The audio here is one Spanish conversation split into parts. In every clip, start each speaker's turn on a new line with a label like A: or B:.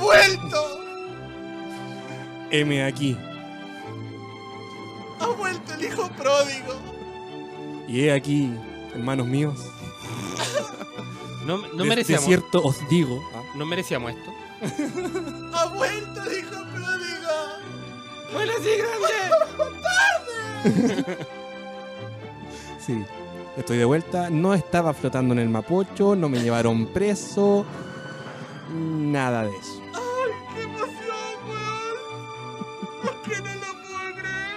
A: vuelto!
B: M aquí.
A: ¡Ha vuelto el hijo pródigo!
B: Y he aquí, hermanos míos.
C: No,
B: de-
C: no merecíamos.
B: De cierto os digo.
C: No merecíamos esto.
A: ¡Ha vuelto el hijo pródigo!
C: ¡Bueno, sí, grande!
B: Sí, estoy de vuelta. No estaba flotando en el Mapocho, no me llevaron preso. Nada de eso.
A: ¡Qué emoción, weón! ¿Por qué no lo puedo creer?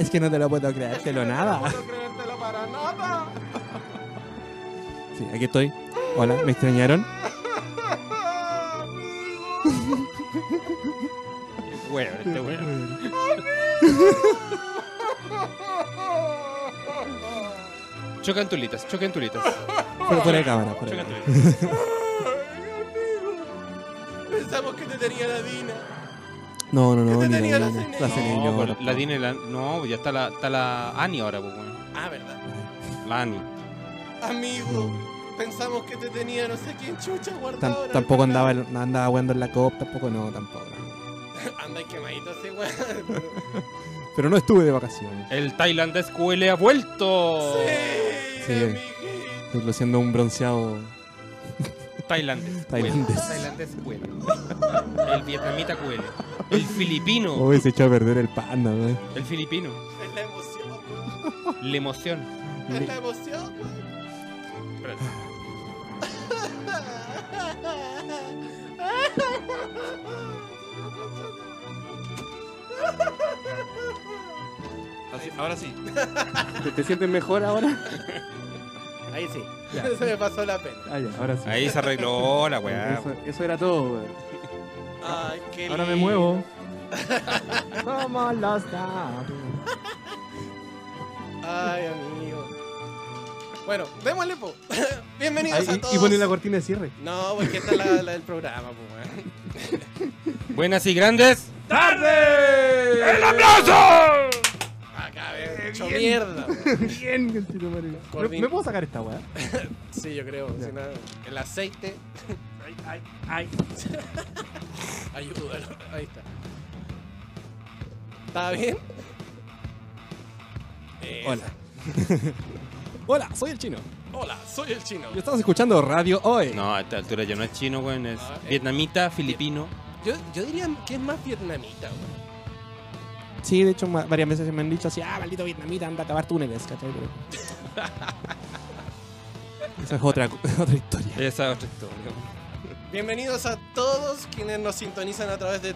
B: Es que no te lo puedo creer, te lo nada.
A: No puedo creértelo para nada.
B: Sí, aquí estoy. Hola, ¿me extrañaron?
A: Ah, amigo.
C: Bueno, este bueno. Chocan tulitas, chocan tulitas.
B: Pero fuera de cámara, fuera de
C: Chocan
B: cámara.
C: tulitas.
A: Ay, amigo. Pensamos que te tenía la Dina.
B: No, no, no,
A: ¿Qué te
B: ni la
A: tenía la
B: Dina,
A: Cine?
B: la
A: No,
B: Cine, yo,
C: No, pues,
B: tampoco.
C: la Dina y la- No, ya está la, está la Ani ahora, pues, bueno.
A: Ah, verdad.
C: La Ani.
A: Amigo, pensamos que te tenía no sé quién chucha
B: Tam-
A: guardado. en
B: tampoco
A: algún
B: andaba,
A: lado.
B: andaba jugando en la coop, tampoco no, tampoco.
A: Anda quemadito ese weón.
B: Pero no estuve de vacaciones.
C: El tailandés QL ha vuelto.
A: Sí,
B: Sí.
A: amiguito.
B: Estoy siendo un bronceado
C: Tailandés.
B: Tailandés.
C: QL. Tailandés QL. El vietnamita QL. El filipino.
B: Uy, se echó a perder el panda, weón.
C: El filipino.
A: Es la emoción, weón.
C: La emoción.
A: Es la emoción, weón.
C: Espérate.
D: Así- ahora sí.
E: ¿Te, te sientes mejor ahora?
A: Ahí sí.
E: Ya.
A: Se me pasó la pena.
E: Ah, ya, ahora sí.
C: Ahí se arregló la weá.
E: Eso, eso era todo, weón.
A: Ay, qué
E: Ahora me
A: lindo.
E: muevo.
B: Como los da.
A: Ay, amigo. Bueno, démosle, po. Bienvenidos
E: Ahí-
A: a todos.
E: y, y poner la cortina de cierre.
A: No, porque esta es la, la del programa, po, weón.
C: Buenas y grandes. ¡Tarde! ¡El
A: Acá, weón. Hecho mierda, weón.
E: Bien, conchetumare. ¿Me,
A: Corvin.
E: ¿Me puedo sacar esta weá?
A: Sí, yo creo. si no, el aceite. Ay, ay, ay. Ayúdalo. Ahí está. ¿Está bien? Eh, Eso.
B: Hola. Hola, soy el chino.
A: Hola, soy el chino.
B: Y estamos escuchando Radio Hoy.
C: No, a esta altura ya no es chino, weón. Es
A: No, es-
C: vietnamita, filipino.
A: Yo, yo diría que es más vietnamita, weón.
B: Sí, de hecho, ma- varias veces me han dicho así, ah, maldito vietnamita, anda a acabar túneles, ¿cachai? Pero- Esa es otra, otra historia.
C: Esa es otra historia.
A: Bienvenidos a todos quienes nos sintonizan a través de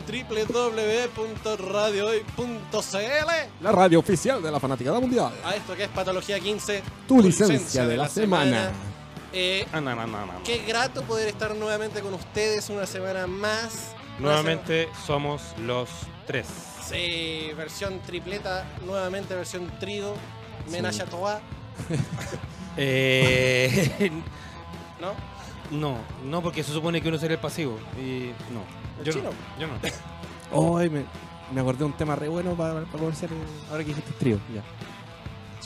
A: www.radiohoy.cl.
B: La radio oficial de la Fanaticada Mundial.
A: a esto que es Patología 15.
B: Tu licencia, de la, semana.
A: Eh,
C: Ah, no, no, no, no.
A: qué grato poder estar nuevamente con ustedes una semana más. Una
C: Nuevamente somos los tres.
A: sema- Sí, versión tripleta, nuevamente versión trío, Menage a Toa,
C: Eh,
A: ¿no?
C: no, no, porque se supone que uno sería el pasivo. Y no.
A: ¿El
C: Yo
A: chino?
C: no. Yo no.
B: Hoy Oh, me, me acordé de un tema re bueno para, para poder ser, eh, ahora que dijiste trío. Ya.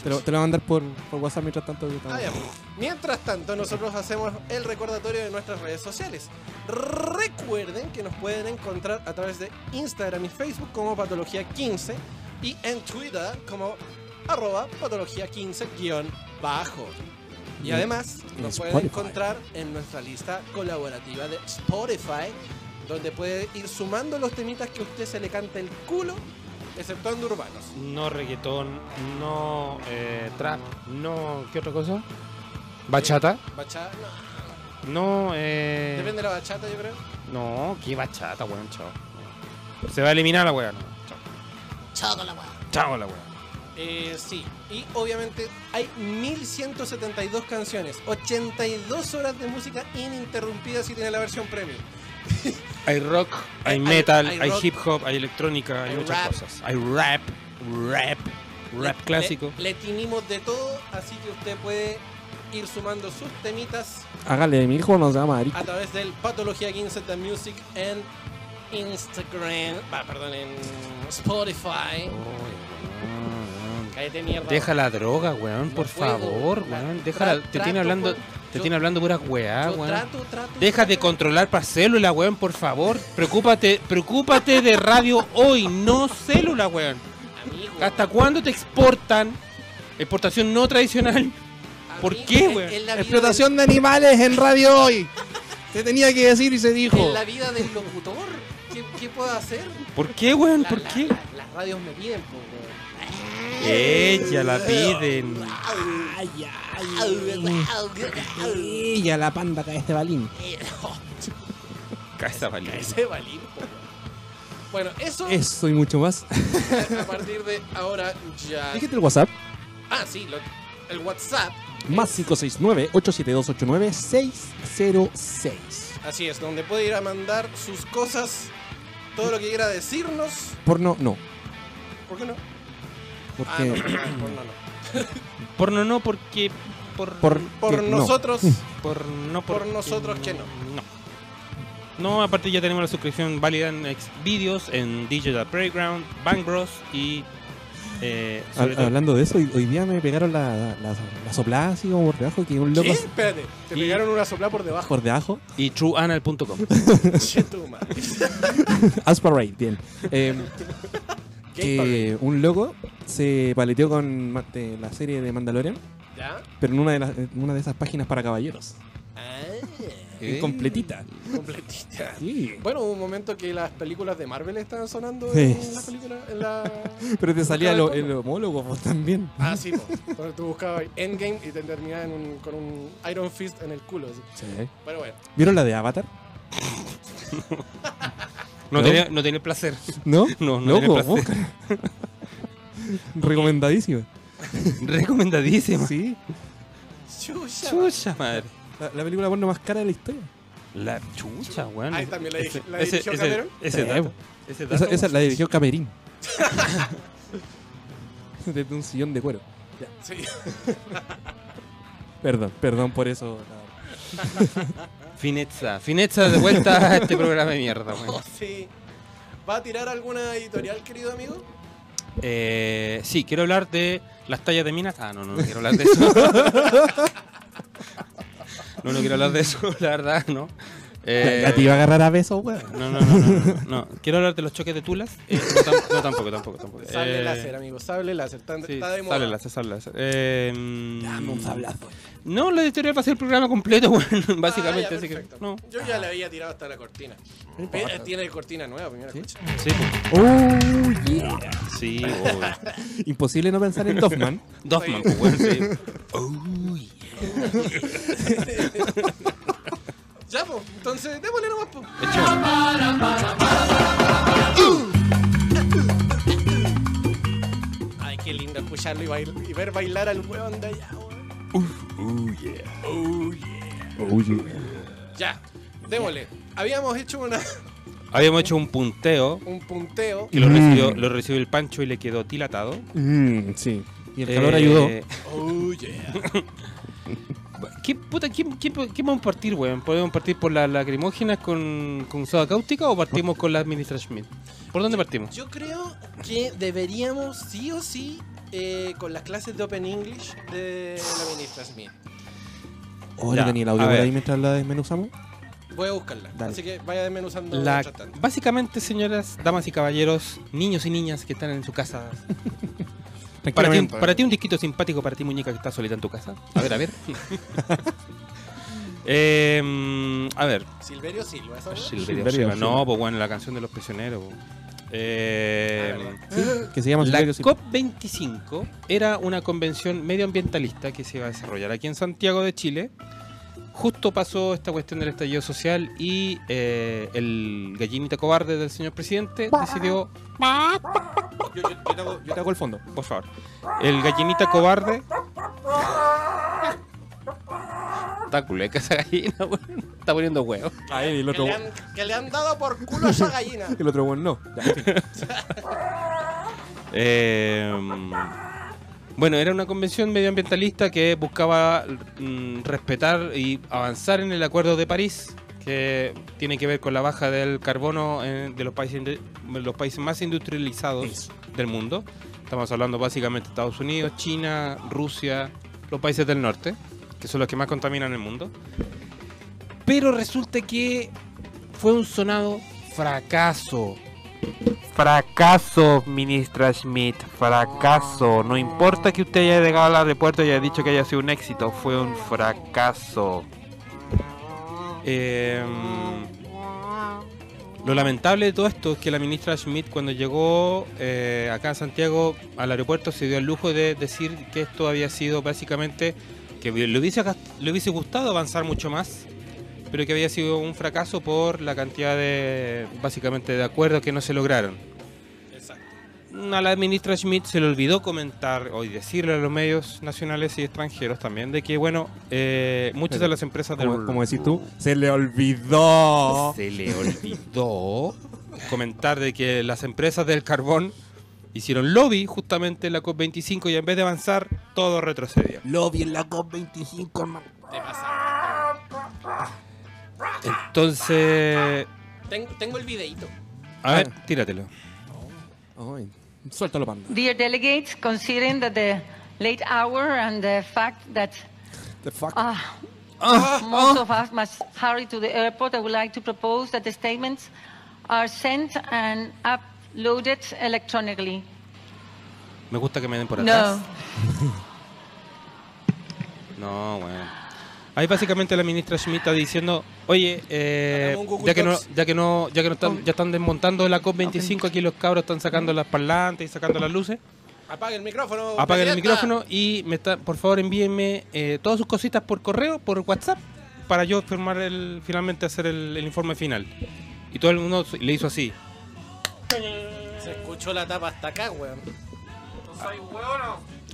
B: Te, lo, te lo voy a mandar por, por WhatsApp mientras tanto. que estamos-
A: Ah, ya, pues. Mientras tanto, nosotros hacemos el recordatorio de nuestras redes sociales. Recuerden que nos pueden encontrar a través de Instagram y Facebook como Patología 15 y en Twitter como arroba patología 15 guión bajo. Y
B: Y-
A: además
B: y
A: nos pueden
B: Spotify.
A: encontrar en nuestra lista colaborativa de Spotify, donde puede ir sumando los temitas que a usted se le canta el culo, exceptuando urbanos.
C: No reggaetón, no eh, trap, no. ¿Qué otra cosa? Bachata.
A: Bachata, no,
C: No, eh.
A: depende de la bachata, yo creo.
C: No, qué bachata, weón, chao. Se va a eliminar la weá, no. Chao. Chao la weá.
A: Eh, sí, y obviamente hay 1172 canciones, 82 horas de música ininterrumpida si tiene la versión premium.
C: Hay rock, hay,
A: Hay-
C: metal,
A: hay
C: hay,
A: rock.
C: hip hop, hay electrónica, hay,
A: Hay
C: muchas
A: rap.
C: cosas. Hay rap, rap, rap
A: Le-
C: clásico.
A: Le, le tinimos de todo, así que usted puede ir sumando sus temitas
B: Hágale, mi hijo nos llama Ari.
A: a través del Patología 15 The Music en Instagram, ah, perdón, en Spotify.
C: Ay, weón,
A: Cállate mierda.
C: Oh, Deja la droga, weón,
A: No
C: por
A: puedo,
C: favor,
A: la-
C: weón.
A: tra-
C: Déjala, te
A: trato,
C: tiene hablando,
A: weón.
C: te
A: Yo-
C: tiene hablando puras weá,
A: Yo
C: weón.
A: trato, trato,
C: ¿eh? Deja de
A: trato.
C: controlar para célula, weón, por favor. Preocúpate, preocúpate de radio hoy, no célula, weón.
A: Amigo,
C: ¿Hasta cuándo te exportan? Exportación no tradicional. ¿por
A: amigo,
C: qué,
A: en-
C: weón?
A: en la vida
B: Explotación de animales en radio hoy. Se tenía que decir y se
A: del-
B: dijo.
A: En la vida del locutor. ¿Qué, qué puedo hacer?
C: ¿Por qué, weón?
A: La-
C: ¿Por
A: la-
C: qué?
A: la- las radios me piden, pues, weón.
C: Ella la piden.
B: Ella, la panda cae este balín.
C: Casa valiente.
A: Ese balín, po, weón. Bueno, eso
B: Eso y mucho más.
A: Ah. a partir de ahora ya.
B: Fíjate el WhatsApp.
A: Ah, sí, lo- el WhatsApp.
B: Más 569-872-89606.
A: Así es, donde puede ir a mandar sus cosas, todo lo que quiera decirnos.
B: Porno, no.
A: ¿Por qué no? Ah, no,
B: Porque.
A: por no, no.
C: Porno no, porque. Por,
B: Por,
A: Por
B: que- no.
A: nosotros.
C: por- no,
A: por
C: porque
A: nosotros que no.
C: No. No, aparte ya tenemos la suscripción válida en Xvideos, en Digital Playground, Bang Bros y. eh,
B: Ha-
C: sobre todo-
B: Hablando de eso, hoy, hoy día me pegaron la, la, la soplada así como por debajo. Que un loco
A: ¿Qué?
B: así
A: Espérate, te
C: Y-
A: pegaron una soplada por debajo.
B: por debajo.
C: y trueanal.com.
A: Che, tu madre.
B: Asparate, bien. Em, que un loco se paleteó con ma- de la serie de Mandalorian,
A: ¿Ya?
B: pero en una de, las- en una de esas páginas para caballeros.
A: Ah,
B: Incompletita.
A: completita.
B: Sí.
A: Bueno, hubo un momento que las películas de Marvel estaban sonando
B: Sí.
A: en la película. En la...
B: Pero te salía
A: Buscaba el
B: lo- el homólogo pues, también.
A: Ah, sí, po. Cuando tú buscabas Endgame y te terminaba en un- con un Iron Fist en el culo. así. Pero bueno,
B: ¿Vieron la de Avatar?
C: No,
B: ¿No?
C: tenía, no tenía placer.
B: ¿No?
C: No, no tenía
B: Loco,
C: placer.
B: búscala. Recomendadísima.
C: Recomendadísima.
B: Sí.
A: chucha.
C: Chucha madre.
B: La, la película porno más cara de la historia.
C: La chucha, weón.
A: Ahí también la
C: Ese-
A: dirigi- la
C: ese-
A: dirigió
C: ese-
A: Cameron.
C: Ese
B: Sí,
C: dato.
B: po.
C: Ese dato.
B: Eh, Esa, esa la dirigió Camerín. Desde un sillón de cuero.
A: Sí.
B: Perdón, perdón por eso.
C: Finezza. Finezza de vuelta a este programa de mierda, weón.
A: Oh, sí. ¿Va a tirar alguna editorial, querido amigo?
C: Eh, sí, quiero hablar de las tallas de minas. Ah, no, no, no quiero hablar de eso. no, no quiero hablar de eso, la verdad, no. Eh,
B: La- la te iba a agarrar a besos, weón.
C: no, no, no, no, no, no. Quiero hablar de los choques de tulas. Eh, no, tam- no, tampoco, tampoco, tampoco.
A: Sable
C: Eh,
A: láser, amigo. Sable láser. Está,
C: Sí,
A: está de moda.
C: sale láser, sale láser. Eh, mm,
B: Dame un sablazo.
C: No, la historia va a ser el programa completo, weón, básicamente.
A: Ah, ya,
C: así que,
A: perfecto.
C: no.
A: Yo ya le había tirado hasta la cortina. Pe- Tiene cortina nueva, primera escucha.
C: Sí, po.
B: Oh, yeah.
C: sí, obvio.
B: Imposible no pensar en Doffman.
C: Doffman, po, weón, sí.
A: Ya, pues. Entonces, démosle nomás, pues.
C: Hecho.
A: Ay, qué lindo escucharlo y, bail- y ver bailar al huevón de allá, weón. Oh, Ya, démosle. Habíamos hecho una,
C: Habíamos hecho un punteo
A: un punteo.
C: que lo
B: Mm.
C: recibió, lo recibió el Pancho y le quedó tilatado.
B: Mm, sí. Eh, Y el calor ayudó.
A: Oh, yeah.
C: Eh, ¿Qué puta, qué, qué, qué vamos a partir, weón? ¿Podemos partir por las lacrimógenas con, con soda cáustica o partimos con la Ministra Schmidt? ¿Por dónde partimos?
A: Yo creo que deberíamos sí o sí eh, con las clases de Open English de la ministra Smith.
B: Oh,
C: Ya,
B: yo tenía el
C: a
B: audio por
C: ver.
B: ahí mientras la desmenuzamos.
A: Voy a buscarla.
B: Dale.
A: Así que vaya desmenuzando
C: La-
A: mientras tanto.
C: básicamente, señoras, damas y caballeros, niños y niñas que están en su casa. Para ti, un-
B: Tranquilamente.
C: para ti un disquito simpático, para ti muñeca que está solita en tu casa. A ver, a ver. Em, a ver,
A: Silverio Silva, ¿sabes?
C: Silverio Ah,
B: Silverio
C: Silva.
B: Silva.
C: No, pues bueno, la canción de los prisioneros. po.
A: Ah,
C: Eh,
A: verdad.
B: Sí, que se llama
C: la
B: Silverio Silva.
C: COP25 era una convención medioambientalista que se iba a desarrollar aquí en Santiago de Chile. Justo pasó esta cuestión del estallido social y eh, el gallinita cobarde del señor presidente decidió,
B: Yo, yo- yo te hago- yo te hago el fondo.
C: por favor, el gallinita cobarde... Está culeca esa gallina, weón. Está poniendo huevos.
B: A él y el
A: Que le, han, que le han dado por culo a esa gallina.
B: El otro buen no. Ya, en fin.
C: Eh, bueno, era una convención medioambientalista que buscaba mm, respetar y avanzar en el Acuerdo de París, que tiene que ver con la baja del carbono eh, de los países, de los países más industrializados del mundo, Estamos hablando básicamente de Estados Unidos, China, Rusia, los países del norte, que son los que más contaminan el mundo. Pero resulta que fue un sonado fracaso. Fracaso, ministra Schmidt, fracaso. No importa que usted haya llegado al aeropuerto y haya dicho que haya sido un éxito, fue un fracaso. Em, lo lamentable de todo esto es que la ministra Schmidt cuando llegó eh, acá a Santiago al aeropuerto se dio el lujo de decir que esto había sido básicamente que le hubiese, gast- le hubiese gustado avanzar mucho más, pero que había sido un fracaso por la cantidad de básicamente de acuerdos que no se lograron.
A: Exacto.
C: A la ministra Schmidt se le olvidó comentar o decirle a los medios nacionales y extranjeros también de que bueno eh, muchas de las empresas del
B: Como, como decís tú, se le olvidó.
C: se le olvidó comentar de que las empresas del carbón hicieron lobby justamente en la COP25 y en vez de avanzar, todo retrocedió.
B: Lobby en la COP25, hermano.
C: Entonces,
A: Tengo, tengo el videito.
C: a ver,
A: Ah.
C: tíratelo.
B: Ay, suéltalo, panda.
D: Dear delegates, considering that the late hour and the fact that
B: The fuck.
D: uh, most of us must hurry to the airport, I would like to propose that the statements are sent and uploaded electronically.
C: Me gusta que me den por atrás.
D: No.
C: No, bueno. Ahí básicamente la ministra Schmidt está diciendo, oye, eh,
A: Hagamos un Google
C: ya que no,
A: Docs.
C: ya que no, ya que no están, ya están desmontando la COP25, aquí los cabros están sacando las parlantes y sacando las luces.
A: Apague el micrófono.
C: Apaguen el
A: presidenta.
C: micrófono y me está, por favor envíenme eh, todas sus cositas por correo, por WhatsApp, para yo firmar el, finalmente hacer el, el informe final. Y todo el mundo su- le hizo así.
A: Se escuchó la tapa hasta acá, weón.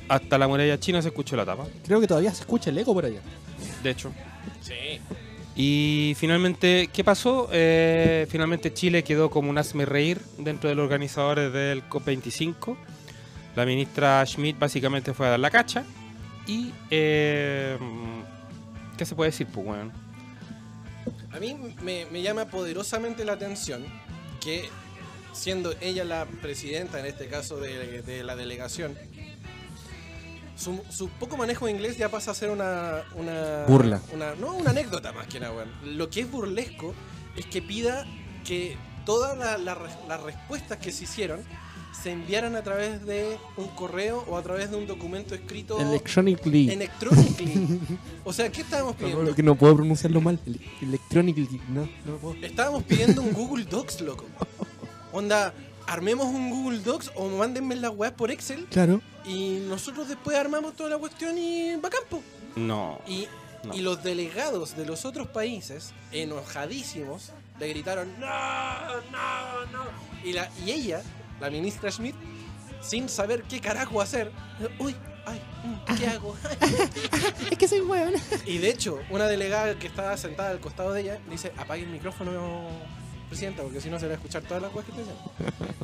C: Hasta la muralla china se escuchó la tapa,
B: Creo que todavía se escucha el eco por allá.
C: de hecho.
A: Sí.
C: Y finalmente, ¿qué pasó? Eh, finalmente Chile quedó como un hazme reír dentro de los organizadores del COP25. La ministra Schmidt básicamente fue a dar la cacha. Y, eh, ¿qué se puede decir? Pues, weón?
A: A mí me, me llama poderosamente la atención que, siendo ella la presidenta, en este caso de, de la delegación, su, su poco manejo de inglés ya pasa a ser una. una
B: Burla.
A: una- no, una anécdota más que nada, weón. Lo que es burlesco es que pida que todas la- la re- las respuestas que se hicieron se enviaran a través de un correo o a través de un documento escrito
B: Electronically.
A: electrónicamente. o sea, ¿qué estábamos pidiendo?
B: Lo que no puedo pronunciarlo mal. Ele- Electronically. No, no puedo.
A: Estábamos pidiendo un Google Docs, loco. Onda, armemos un Google Docs o mándenme las weas por Excel
B: Claro.
A: y nosotros después armamos toda la cuestión y va campo.
C: No.
A: Y,
C: No.
A: y los delegados de los otros países, enojadísimos, le gritaron, no, no, no. Y, la, y ella, la ministra Schmidt, sin saber qué carajo hacer, uy, ay, mm, ¿qué hago?
B: Es que soy hueón.
A: Y de hecho, una delegada que estaba sentada al costado de ella dice, apague el micrófono, presidenta, porque si no se va a escuchar todas las cosas que te dicen.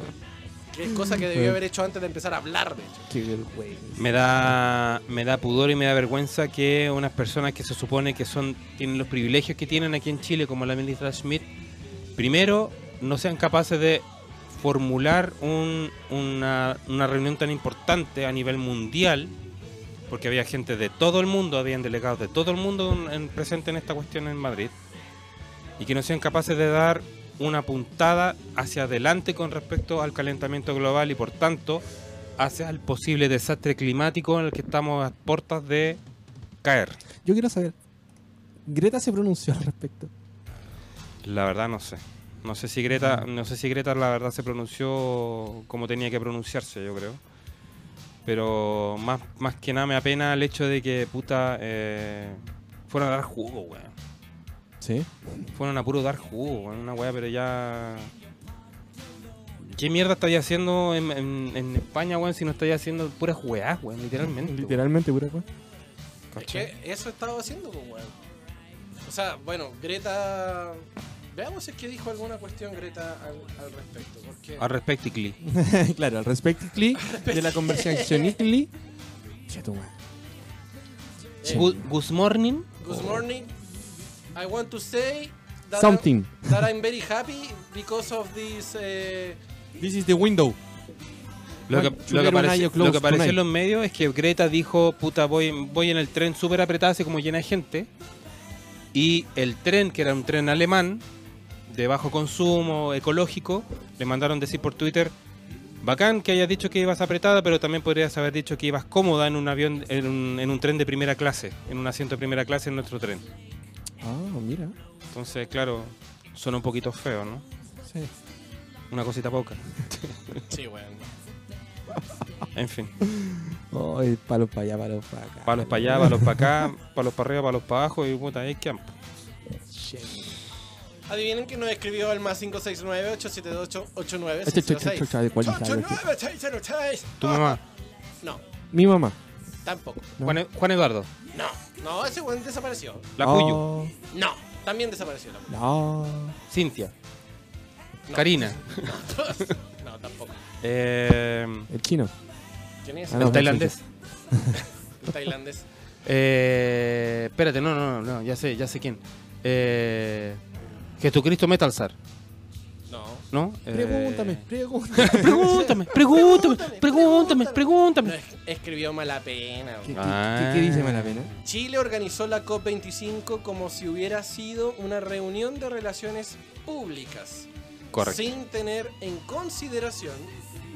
A: Que es cosa que debió haber hecho antes de empezar a hablar, de hecho.
B: Qué vergüenza.
C: Me da, me da pudor y me da vergüenza que unas personas que se supone que son tienen los privilegios que tienen aquí en Chile, como la ministra Schmidt, primero no sean capaces de formular un- una, una reunión tan importante a nivel mundial, porque había gente de todo el mundo, habían delegados de todo el mundo en- en- presente en esta cuestión en Madrid, y que no sean capaces de dar una puntada hacia adelante con respecto al calentamiento global y por tanto hacia el posible desastre climático en el que estamos a puertas de caer.
B: Yo quiero saber. Greta se pronunció al respecto.
C: La verdad no sé. No sé si Greta, no sé si Greta la verdad se pronunció como tenía que pronunciarse, yo creo. Pero más, más que nada me apena el hecho de que puta eh, fueron a dar jugo, weón.
B: Sí.
C: Fueron a puro dar jugo, weón, una weá, pero ya. ¿Qué mierda estáis haciendo en, en- en España, weón, si no estáis haciendo puras weás, weón? Literalmente. weón?
B: Literalmente, pura cosa.
A: Es
C: ¿Cachai?
A: que eso estaba haciendo, pues, weón. O sea, bueno, Greta... Veamos si es que dijo alguna cuestión Greta al, al respecto, porque...
C: Al respecto, Cli.
B: claro, al respecto de la conversación Icli. Chato, weón.
A: Sí.
C: Good, good morning.
A: Good morning. I want to say that,
B: Something.
A: I'm, that I'm very happy because of this... eh,
B: This is the window.
C: Lo que,
B: Juan,
C: lo que
B: Chulero,
C: aparece-
B: Nayo, Close,
C: lo que apareció
B: Tunay.
C: en los medios es que Greta dijo, puta, voy, voy en el tren súper apretado, así como llena de gente. Y el tren, que era un tren alemán, de bajo consumo, ecológico, le mandaron decir por Twitter, bacán que hayas dicho que ibas apretada, pero también podrías haber dicho que ibas cómoda en un avión, en un, en un tren de primera clase, en un asiento de primera clase en nuestro tren.
B: Ah, mira.
C: Entonces, claro, suena un poquito feo, ¿no?
B: Sí.
C: Una cosita poca.
A: Sí, weón.
C: En fin.
B: Ay, palos para allá, palos para acá.
C: Palos para allá, palos para acá, palos para arriba, palos para abajo y puta, ahí que
A: Adivinen que nos escribió al más 569
B: Ch- ch- ch- ch- de
A: 878
B: Este cuál es la
A: 89606
C: Tu mamá.
A: No,
B: Mi mamá.
A: tampoco.
B: No.
C: Juan, E- Juan Eduardo.
A: No, no, ese weón desapareció.
C: La Puyo.
B: Oh,
A: No, también desapareció la
B: No.
C: Cintia.
A: No.
C: Karina.
A: No, tampoco.
C: Eh,
B: El chino.
A: ¿Quién es?
B: Ah,
C: el
B: no, fue
C: tailandés.
A: El tailandés.
C: Eh, espérate, no, no, no, no, ya sé, ya sé quién. Eh, Jesucristo Metalzar,
A: No.
C: ¿no? Eh,
B: Pregúntame, pregúntame.
C: pregúntame, pregúntame, pregúntame,
A: No,
C: pregúntame.
A: es- escribió mala pena.
B: ¿Qué,
A: weón.
B: qué-
C: Ah.
B: qué- qué dice mala pena?
A: Chile organizó la COP25 como si hubiera sido una reunión de relaciones públicas.
C: Correcto.
A: sin tener en consideración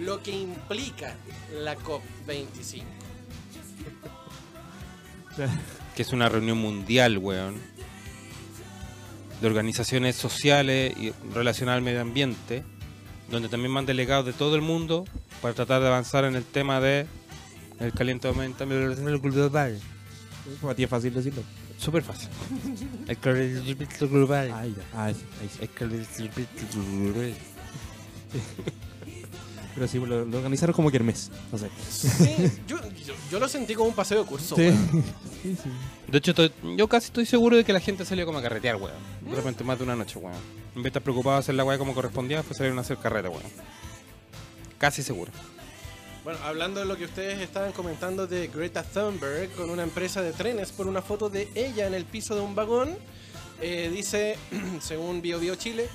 A: lo que implica la COP25.
C: Que es una reunión mundial, weón. De organizaciones sociales y relacionadas al medio ambiente. Donde también van delegados de todo el mundo para tratar de avanzar en el tema de el calentamiento global.
B: Para ti es fácil decirlo.
C: Súper fácil. El calentamiento global.
B: Ahí ya. Ah, sí, ahí sí.
C: El calentamiento global.
B: Pero sí, lo, lo organizaron como kermés. No sé.
A: Sí, yo, yo- yo lo sentí como un paseo de curso. weón.
B: Sí, sí.
C: De hecho, estoy- yo casi estoy seguro de que la gente salió como a carretear, weón. De repente, más de una noche, weón. En vez de estar preocupado de hacer la weá como correspondía, pues salieron a hacer carrera, weón. Casi seguro.
A: Bueno, hablando de lo que ustedes estaban comentando de Greta Thunberg con una empresa de trenes por una foto de ella en el piso de un vagón, eh, dice, según BioBio Chile,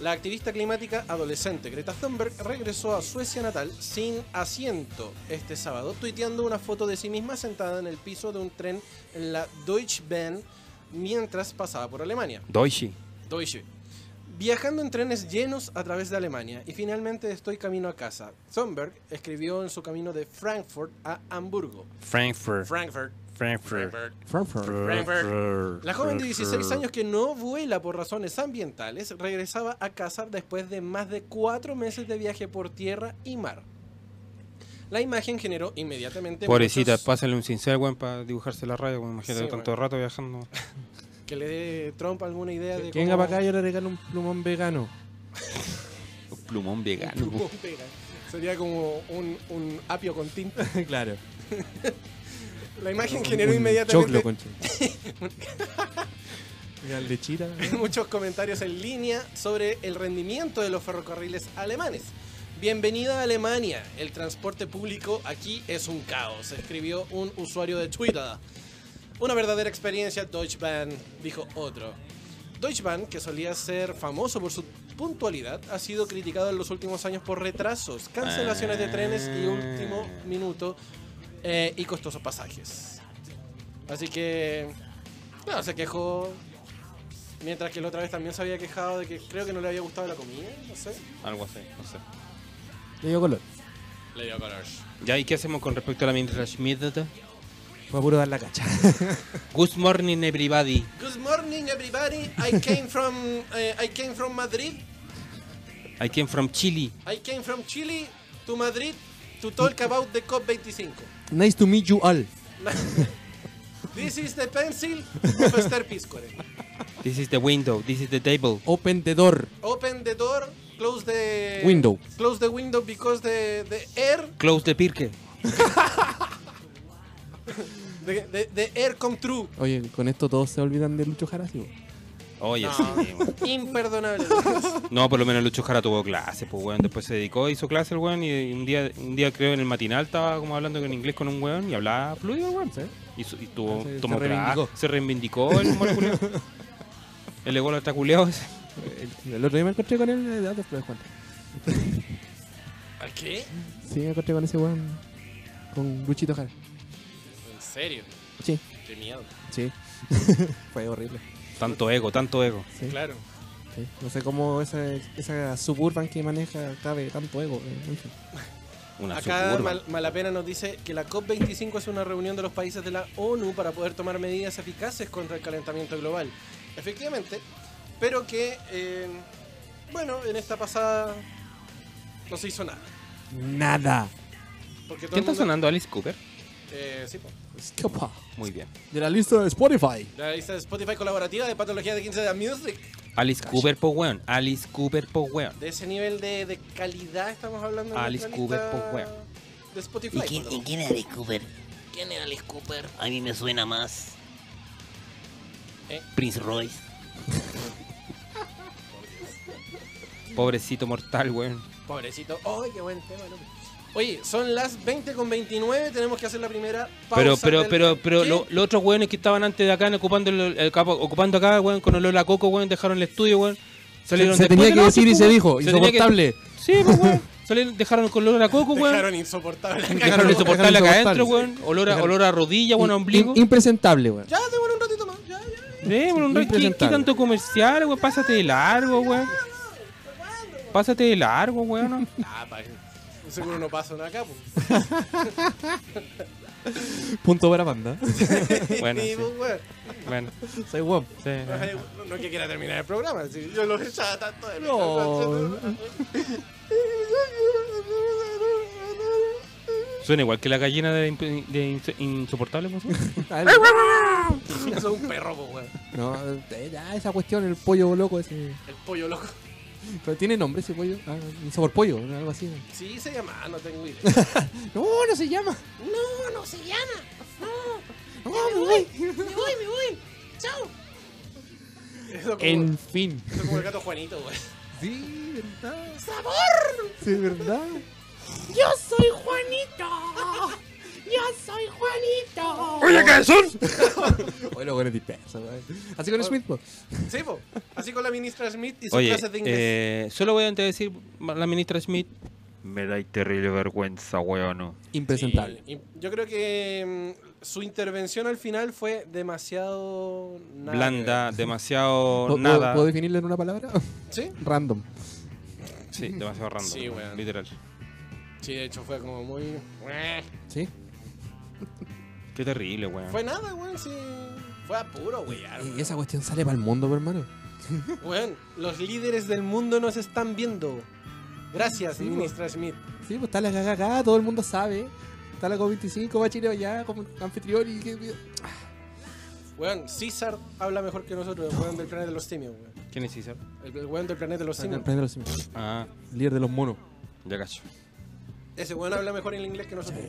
A: la activista climática adolescente Greta Thunberg regresó a Suecia natal sin asiento este sábado, tuiteando una foto de sí misma sentada en el piso de un tren en la Deutsche Bahn mientras pasaba por Alemania.
C: Doichi.
A: Deutsche. Viajando en trenes llenos a través de Alemania y finalmente estoy camino a casa. Thunberg escribió en su camino de Frankfurt a Hamburgo.
C: Frankfurt.
A: Frankfurt.
C: Frankfurt.
B: Frankfurt.
A: La joven de 16 años que no vuela por razones ambientales regresaba a casa después de más de cuatro meses de viaje por tierra y mar. La imagen generó inmediatamente
C: Pobrecita,
A: muchos-
C: pásenle un cincel, weón, para dibujarse la raya, weón. Imagínate
A: Sí,
C: tanto
A: weón.
C: rato viajando.
A: que le dé Trump alguna idea de
B: Que venga
A: cómo-
B: para acá y yo le regalo un plumón vegano.
C: Un plumón vegano.
A: cómo pega. Sería como un, un apio con tinta.
B: claro.
A: La imagen generó
B: Un
A: inmediatamente
B: Choclo, concha. Mira, lechita.
A: muchos comentarios en línea sobre el rendimiento de los ferrocarriles alemanes. Bienvenida a Alemania, el transporte público aquí es un caos, escribió un usuario de Twitter. Una verdadera experiencia Deutsche Bahn, dijo otro. Deutsche Bahn, que solía ser famoso por su puntualidad, ha sido criticado en los últimos años por retrasos, cancelaciones de trenes y último minuto eh, y costosos pasajes. Así que, no, se quejó Mientras que la otra vez también se había quejado de que creo que no le había gustado la comida, no sé.
C: Algo así, no sé.
B: Le dio color.
A: Le dio color.
C: Ya, ¿y qué hacemos con respecto a la ministra Schmidt?
B: Fue a puro dar la cacha.
C: Good morning, everybody.
A: Good morning everybody. I came from eh, I came from Madrid.
C: I came from Chile.
A: I came from Chile to Madrid to talk about the COP25.
B: Nice to meet you all.
A: This is the pencil of Esther Piscore.
C: This is the window, this is the table.
B: Open the door.
A: Open the door, close the
B: Window.
A: Close the window because the the air
C: Close the pirque.
A: the, the, the air come through.
B: Oye, con esto todos se olvidan de Lucho Jara, ¿sí?
C: Oye,
A: No,
C: sí, weón.
A: imperdonable.
C: No, por lo menos Lucho Jara tuvo clase, pues, weón. Después se dedicó, hizo clase el weón. Y un día, un día creo, en el matinal estaba como hablando en inglés con un weón y hablaba fluido, weón. Y, su- y tuvo,
B: Ah, Se- se
C: tomó clase,
B: reivindicó.
C: Se reivindicó el humor culiao. El ego lo está culiao ese.
B: El, el otro día me encontré con él, eh, ya después de Juan.
A: ¿Qué?
B: Sí, me encontré con ese weón. Con Luchito Jara.
A: ¿En serio?
B: Sí,
A: Qué miedo.
B: sí. Fue horrible.
C: Tanto ego, tanto ego.
B: Sí.
A: Claro.
B: Sí. No sé cómo esa, esa suburban que maneja cabe tanto ego. eh, en fin.
C: Una
A: Acá
C: suburban.
A: Mal- Malapena nos dice que la COP25 es una reunión de los países de la ONU para poder tomar medidas eficaces contra el calentamiento global. Efectivamente, pero que, eh, bueno, en esta pasada no se hizo nada.
B: Nada.
A: Porque todo el
C: ¿Quién está
A: mundo-
C: sonando? Alice Cooper.
A: Eh, sí, po.
B: Escapa.
C: Muy bien.
B: De la lista de Spotify.
A: La lista de Spotify colaborativa de patología de 15 de la Music.
C: Alice Cooper, po weón. Alice Cooper, po weón.
A: De ese nivel de, de calidad estamos hablando. en
C: Alice
A: nuestra
C: Cooper,
A: lista
C: pues, weón.
A: De Spotify.
F: ¿Y quién,
A: por lo
F: ¿Y
A: menos.
F: quién era Alice Cooper? ¿Quién era Alice Cooper? A mí me suena más.
A: ¿Eh?
F: Prince Royce.
C: Pobrecito mortal, weón.
A: Pobrecito. ¡Ay, qué buen tema, loco! Oye, son las 20 con 29. Tenemos que hacer la primera pausa.
C: Pero, pero,
A: del-
C: pero, pero,
A: ¿Qué?
C: lo- los otros weones que estaban antes de acá ocupando, el- el capo- ocupando acá, weón, con olor a coco, weón, dejaron el estudio, weón.
B: Se,
C: Salieron
B: se
C: después
B: tenía
C: de
B: que
C: la
B: decir
C: otra,
B: y se
C: weón.
B: dijo.
C: Se tenía que-
B: Insoportable.
C: Sí, pues, weón. Salieron, dejaron con olor a coco, weón.
A: Dejaron insoportable. la
C: Dejaron
A: caga.
B: Dejaron
C: insoportable acá
B: insoportable.
C: adentro, weón. Olor a,
B: Dejaron-
C: olor a rodilla, weón, a
B: In-
C: ombligo.
B: in- impresentable, weón.
A: Ya, démosle un ratito más. Ya, ya.
C: Sí, por un rey, ¿qué, qué
B: Impresentable.
C: tanto comercial, weón? Pásate de largo, weón. Pásate de largo, weón. ¿no?
A: Ah, pa' qué. Seguro no pasa nada acá, pues.
B: Punto para banda.
C: Bueno,
A: Sí,
C: sí.
A: pues, weón.
C: Bueno,
B: Soy guapo.
C: sí.
A: Ay, no, no que quiera terminar el programa. sí, yo lo echaba tanto de menos.
B: No.
C: Suena igual que la gallina de, imp- de ins- insoportable, pues, ¿no?
A: Eso es un perro, pues, weón.
B: No, eh, ya, esa cuestión, el pollo loco ese.
A: El pollo loco.
B: ¿Pero tiene nombre ese pollo? Ah, un sabor pollo, algo así.
A: Sí, se llama, no tengo idea.
B: No, no se llama.
A: No, no se llama.
B: No, me voy.
A: Me voy, me voy. Chao. Eso como,
B: En fin.
A: eso como el gato Juanito, güey.
B: Sí, verdad.
A: ¡Sabor!
B: Sí, verdad.
C: ¡Oye, qué
B: Oye, lo bueno es disperso, güey. Así con el Smith, pues. po.
A: Sí, po. Así con la ministra Smith y sus
C: Oye,
A: clases de inglés.
C: eh, solo voy a antes de decir la ministra Smith.
G: Me da terrible vergüenza, weón.
B: Impresentable.
A: Sí, y yo creo que mm, su intervención al final fue demasiado. nada
C: blanda, demasiado
B: ¿Puedo-
C: nada.
B: ¿Puedo definirlo en una palabra?
A: que ver. ¿Sí?
B: Random.
C: Sí, demasiado random.
A: Sí, weón.
C: Literal.
A: Sí, de hecho fue como muy. eh,
B: Sí.
C: Qué terrible, weón.
A: Fue nada, güey. Sí. Fue a puro, güey.
B: Y esa cuestión sale para el mundo, po, hermano.
A: Weón, los líderes del mundo nos están viendo. Gracias,
B: Sí, po.
A: ministra Smith.
B: Sí, pues está la cagada acá, todo el mundo sabe. Está la COP25, va Chile allá, como anfitrión y... qué-
A: Weón, César habla mejor que nosotros, el weón del planeta de los simios, weón.
C: ¿Quién es César?
A: El, el weón del planeta de los simios.
B: pues. Prende los simios.
C: Ah,
B: Líder de los monos.
C: ya cacho.
A: Ese weón habla mejor en inglés que nosotros.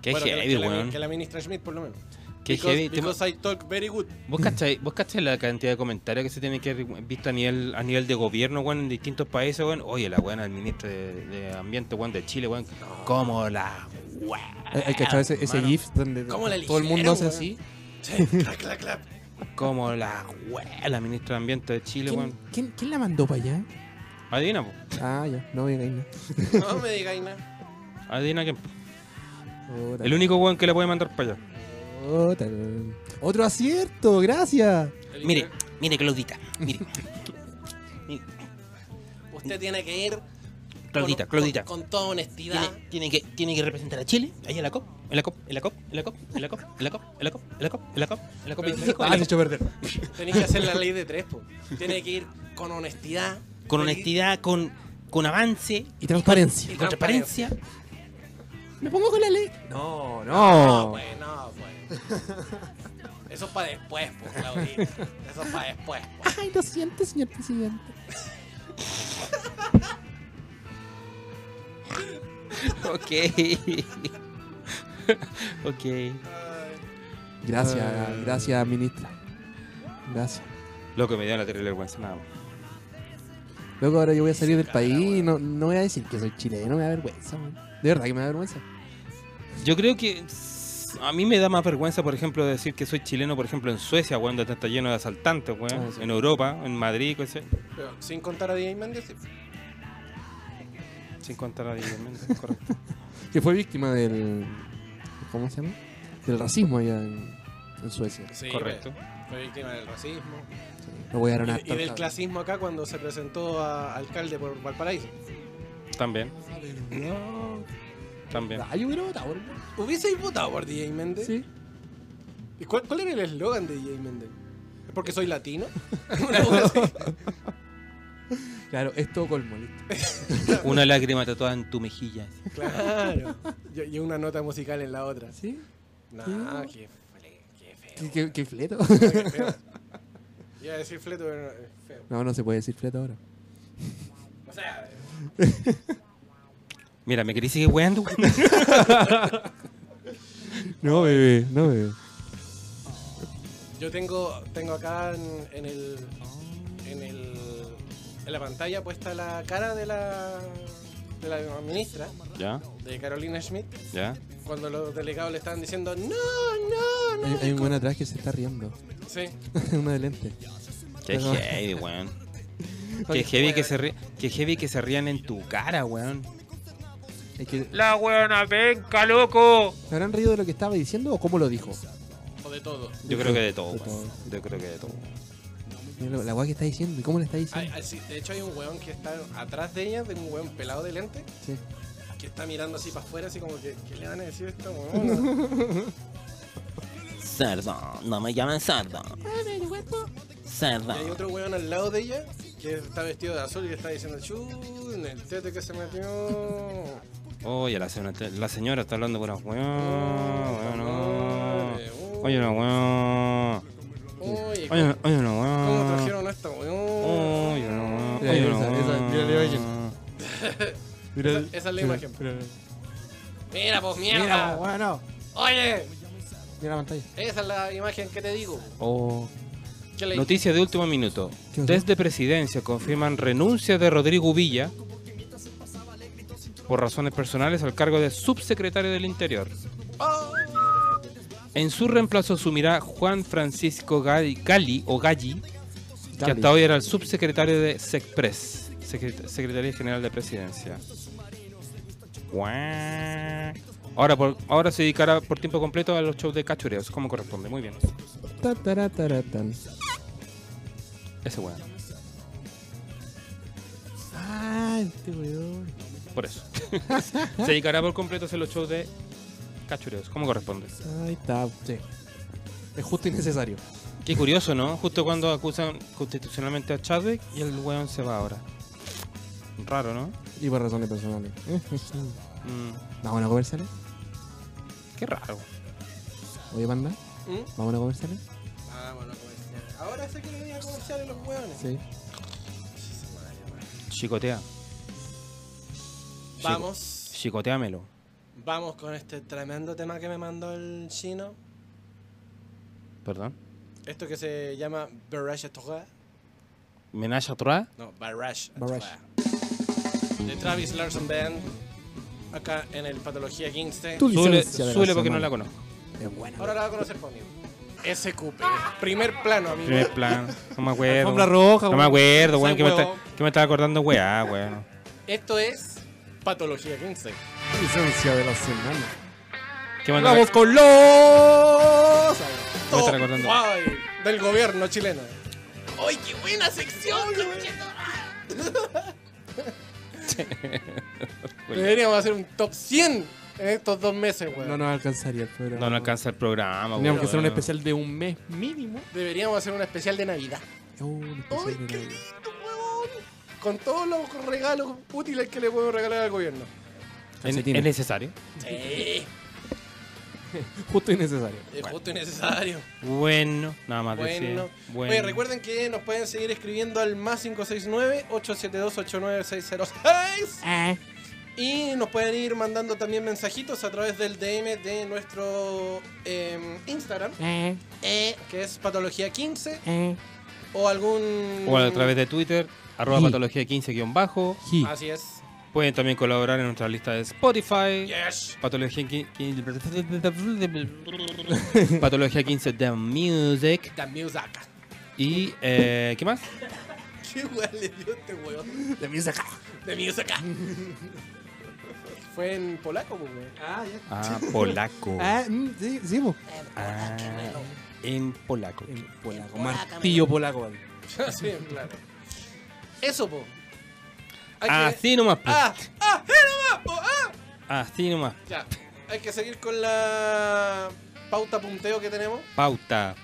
C: Qué
A: Bueno, que la-
C: heavy,
A: que la,
C: weón.
A: que la ministra Smith, por lo menos.
C: Qué
A: Because-
C: heavy. Te-
A: Because I talk very good.
C: ¿Vos cacháis vos cachai la cantidad de comentarios que se tiene que haber visto a nivel, a nivel de gobierno, weón, en distintos países, weón? Oye, la weón, el ministro de, de Ambiente, weón, de Chile, weón. ¿Cómo la
B: Hay, hay que echar ese, ese
A: Hermano,
B: GIF donde
A: ¿cómo la
B: todo el mundo hace
A: eligieron,
B: así.
A: Sí, clac, clac, clac.
C: Como la wea, la ministra de Ambiente de Chile,
B: ¿Quién,
C: weón.
B: quién- quién la mandó para allá?
C: Adivina, po.
B: Ah, ya, no voy a nada.
A: No me digáis nada.
C: Adivina quién.
B: Ota,
C: El único weón que la puede mandar para allá.
B: ota. Otro acierto, gracias.
A: El
F: Mire,
A: inglés-
F: mire, Claudita. Mire.
A: Usted tiene que ir.
F: Claudita,
A: con,
F: Claudita.
A: Con, con toda honestidad.
F: Tiene, tiene que, tiene que representar a Chile. Ahí en la COP. En la COP, en la COP, en la COP, en la COP, en la COP, en la COP, en la COP, en la COP, en la COP 25.
B: Ah, se echó a perder.
A: Tenéis que hacer la ley de tres, po. Tiene que ir con honestidad.
F: Con
A: Y-
F: honestidad, con, con avance,
B: Y transparencia.
A: y
F: con transparencia.
B: Me pongo con la ley. No,
A: No,
B: no.
A: pues, no, pues. Eso es para después, pues, Claudita. Eso es para después, pues.
B: Ay, lo siento, señor presidente.
C: Ok. ok.
B: Gracias,
C: Ah.
B: gracias, ministra. Gracias.
C: Lo que me dio la terrible vergüenza, nada más.
B: Luego ahora yo voy a salir del país y no, no voy a decir que soy chileno, me da vergüenza, man. De verdad que me da vergüenza.
C: Yo creo que s- a mí me da más vergüenza, por ejemplo, decir que soy chileno, por ejemplo, en Suecia, weón, donde está lleno de asaltantes, weón.
B: Ah, sí.
C: En pues, Europa, en Madrid, cosas.
A: Pero sin contar a DJ Mendes, sí.
C: Sin contar a Diego Méndez, correcto.
B: Que fue víctima del. ¿Cómo se llama? Del racismo allá en, en Suecia.
A: Sí,
C: correcto.
A: Fue víctima del racismo.
B: Lo voy a dar una
A: Y, y del
B: tarta.
A: clasismo acá cuando se presentó a alcalde por Valparaíso.
C: También, también.
B: Ah, yo hubiera votado, ¿no?
A: ¿Hubieseis votado por DJ Méndez?
B: Sí.
A: ¿Y cuál, cuál era el eslogan de DJ Méndez? ¿Es porque soy latino? Una cosa así.
B: Claro, es todo colmo, listo.
F: Una lágrima tatuada en tu mejilla. así.
A: claro. Y, y una nota musical en la otra.
B: ¿Sí?
A: Nah, qué, fle- qué feo.
B: ¿Qué, qué- qué fleto?
A: qué feo. Iba a decir fleto, pero no, es feo.
B: No, no se puede decir fleto ahora.
A: O sea,
F: Mira, me querí seguir weando. weón?
B: No, bebé, no, bebé.
A: Yo tengo, tengo acá en, en el. En el. En la pantalla puesta la cara de la. de la ministra,
C: Ya,
A: de Carolina Schmidt,
C: ya.
A: cuando los delegados le estaban diciendo no, no, no.
B: Hay, hay un buen atrás que se está riendo.
A: Sí.
B: Una de lente.
F: Qué
B: Perdón.
F: heavy, weón. Qué heavy que se, ri- qué heavy que se rían en tu cara, weón.
B: Es que,
G: La weona penca, loco.
B: ¿Se habrán reído de lo que estaba diciendo o cómo lo dijo?
A: O de todo.
F: Yo creo que de todo,
B: De
F: weón.
B: todo.
F: Yo creo que de todo.
B: Mira lo- La guay que está diciendo y cómo le está
A: Hay-
B: diciendo.
A: hay- sí, de hecho, hay un weón que está atrás de ella, de un weón pelado de lente,
B: Sí.
A: que está mirando así para afuera, así como que, ¿qué le van a decir a esta weona?
F: Cerdo, no me llaman cerdo.
A: y
F: Cerdo.
A: hay otro weón al lado de ella, que está vestido de azul y le está diciendo, chu, en el tete que se metió.
C: Oye, la, señora- la señora está hablando con las weón, weón,
A: Oh,
C: no.
A: Madre,
C: Ah, Oye, no, weón.
A: Oye,
C: Oye, no, Oh, oye, no,
A: ¿cómo
C: weón.
A: trajeron a esta weón?
C: Oye, no, weón.
B: Mira,
C: Oye, no,
B: esa- esa-
C: weón.
B: mira, mira, mira.
A: Esa, esa es la imagen. Mira, pues mierda.
B: bueno.
A: Oye,
B: Mira la pantalla.
A: esa es la imagen que te digo.
C: Oh.
A: ¿Qué le
C: Noticia de último minuto.
B: ¿Qué pasó?
C: Desde presidencia confirman renuncia de Rodrigo Villa por razones personales al cargo de subsecretario del Interior.
A: Oh,
C: En su reemplazo asumirá Juan Francisco Gali, Gali o Galli, que hasta hoy era el subsecretario de SECPRES, Secret- Secretaría General de Presidencia. Guau. Ahora, por- ahora se dedicará por tiempo completo a los shows de cachureos, como corresponde. Muy bien.
B: Ta, tara, tara, tan.
C: Ese weón.
B: Ah, este weón.
C: Por eso. se dedicará por completo a hacer los shows de cachureos, como corresponde.
B: Ahí está. Sí. Es justo y necesario.
C: Qué curioso, ¿no? Justo cuando acusan constitucionalmente a Chadwick y el weón se va ahora. Raro, ¿no?
B: Y por razones personales. ¿Eh?
C: Mm,
B: ¿Vamos a comerciales?
C: qué raro.
B: Oye, panda.
A: ¿Mm?
B: ¿Vamos a comerciales?
A: Ah, bueno, comercial. Ahora sé que le voy a comercial en los hueones.
B: Sí.
C: Chicotea.
A: Vamos,
C: Chicoteamelo.
A: vamos con este tremendo tema que me mandó el chino.
C: Perdón.
A: Esto que se llama Barrage à Trois.
C: Menage a Trois.
A: No, Barrage à
B: Barrage.
A: Trois. De Travis Larson Band. Acá en el Patología 15.
B: Tu
C: Súbele,
B: licencia de
C: súbele porque no
B: semana.
C: la conozco.
B: Es buena.
A: Ahora la va a conocer conmigo. SQP. Primer plano, amigo.
C: Primer plan. No me acuerdo.
B: Alfombra roja,
C: No me
B: weón.
C: acuerdo,
A: Ese
C: weón. Que me,
A: huevón.
C: está- que me estaba acordando, weá, weón.
A: Esto es Patología 15.
B: Licencia de la semana.
C: Que me andaba-
B: Vamos con los.
C: Me está
A: Top
C: recordando.
A: five del gobierno chileno. ¡Ay, qué buena sección! conchetumare! Deberíamos hacer un top 100 en estos dos meses, weón.
B: No nos alcanzaría el programa.
C: No, no alcanza el programa,
B: Teníamos que hacer un
C: weón.
B: especial de un mes mínimo.
A: Deberíamos hacer un especial de Navidad.
B: Un
A: ¡Ay,
B: especial
A: qué
B: de
A: lindo, weón! Con todos los regalos útiles que le podemos regalar al gobierno.
C: ¿Es
B: Calcetines.
C: es necesario?
A: Sí,
B: Justo y necesario.
A: es justo y necesario.
C: Bueno, nada más
A: Ah, Bueno.
C: decir. Bueno.
A: Oye, recuerden que nos pueden seguir escribiendo al más 569-872-89606.
C: Ah,
A: Y nos pueden ir mandando también mensajitos a través del DM de nuestro em, Instagram,
C: ah,
A: eh, que es patología15, o algún...
C: O a través de Twitter, arroba
B: Sí.
C: patología 15-bajo.
B: Ji.
A: Así es.
C: Pueden también colaborar en nuestra lista de Spotify.
A: Yes.
C: Patología 15 Patología 15 The Music
A: The music.
C: y eh, ¿qué más?
A: ¿Qué weá le dio este weón?
B: De mí saca.
A: De mí acá. Fue en polaco, pues, weón.
E: Ah, ya.
C: Ah, polaco.
B: Ah, mm, sí, sí, po.
C: Ah, en polaco.
B: En polaco. Martillo polaco. vale.
A: Sí, claro. Eso, po. Hay que-
C: Así nomás. pues.
A: ¡Ah! ¡Ah! ¡Eh, nomás, po! ¡Ah!
C: Así nomás.
A: Ya. Hay que seguir con la pauta punteo que tenemos.
C: Pauta.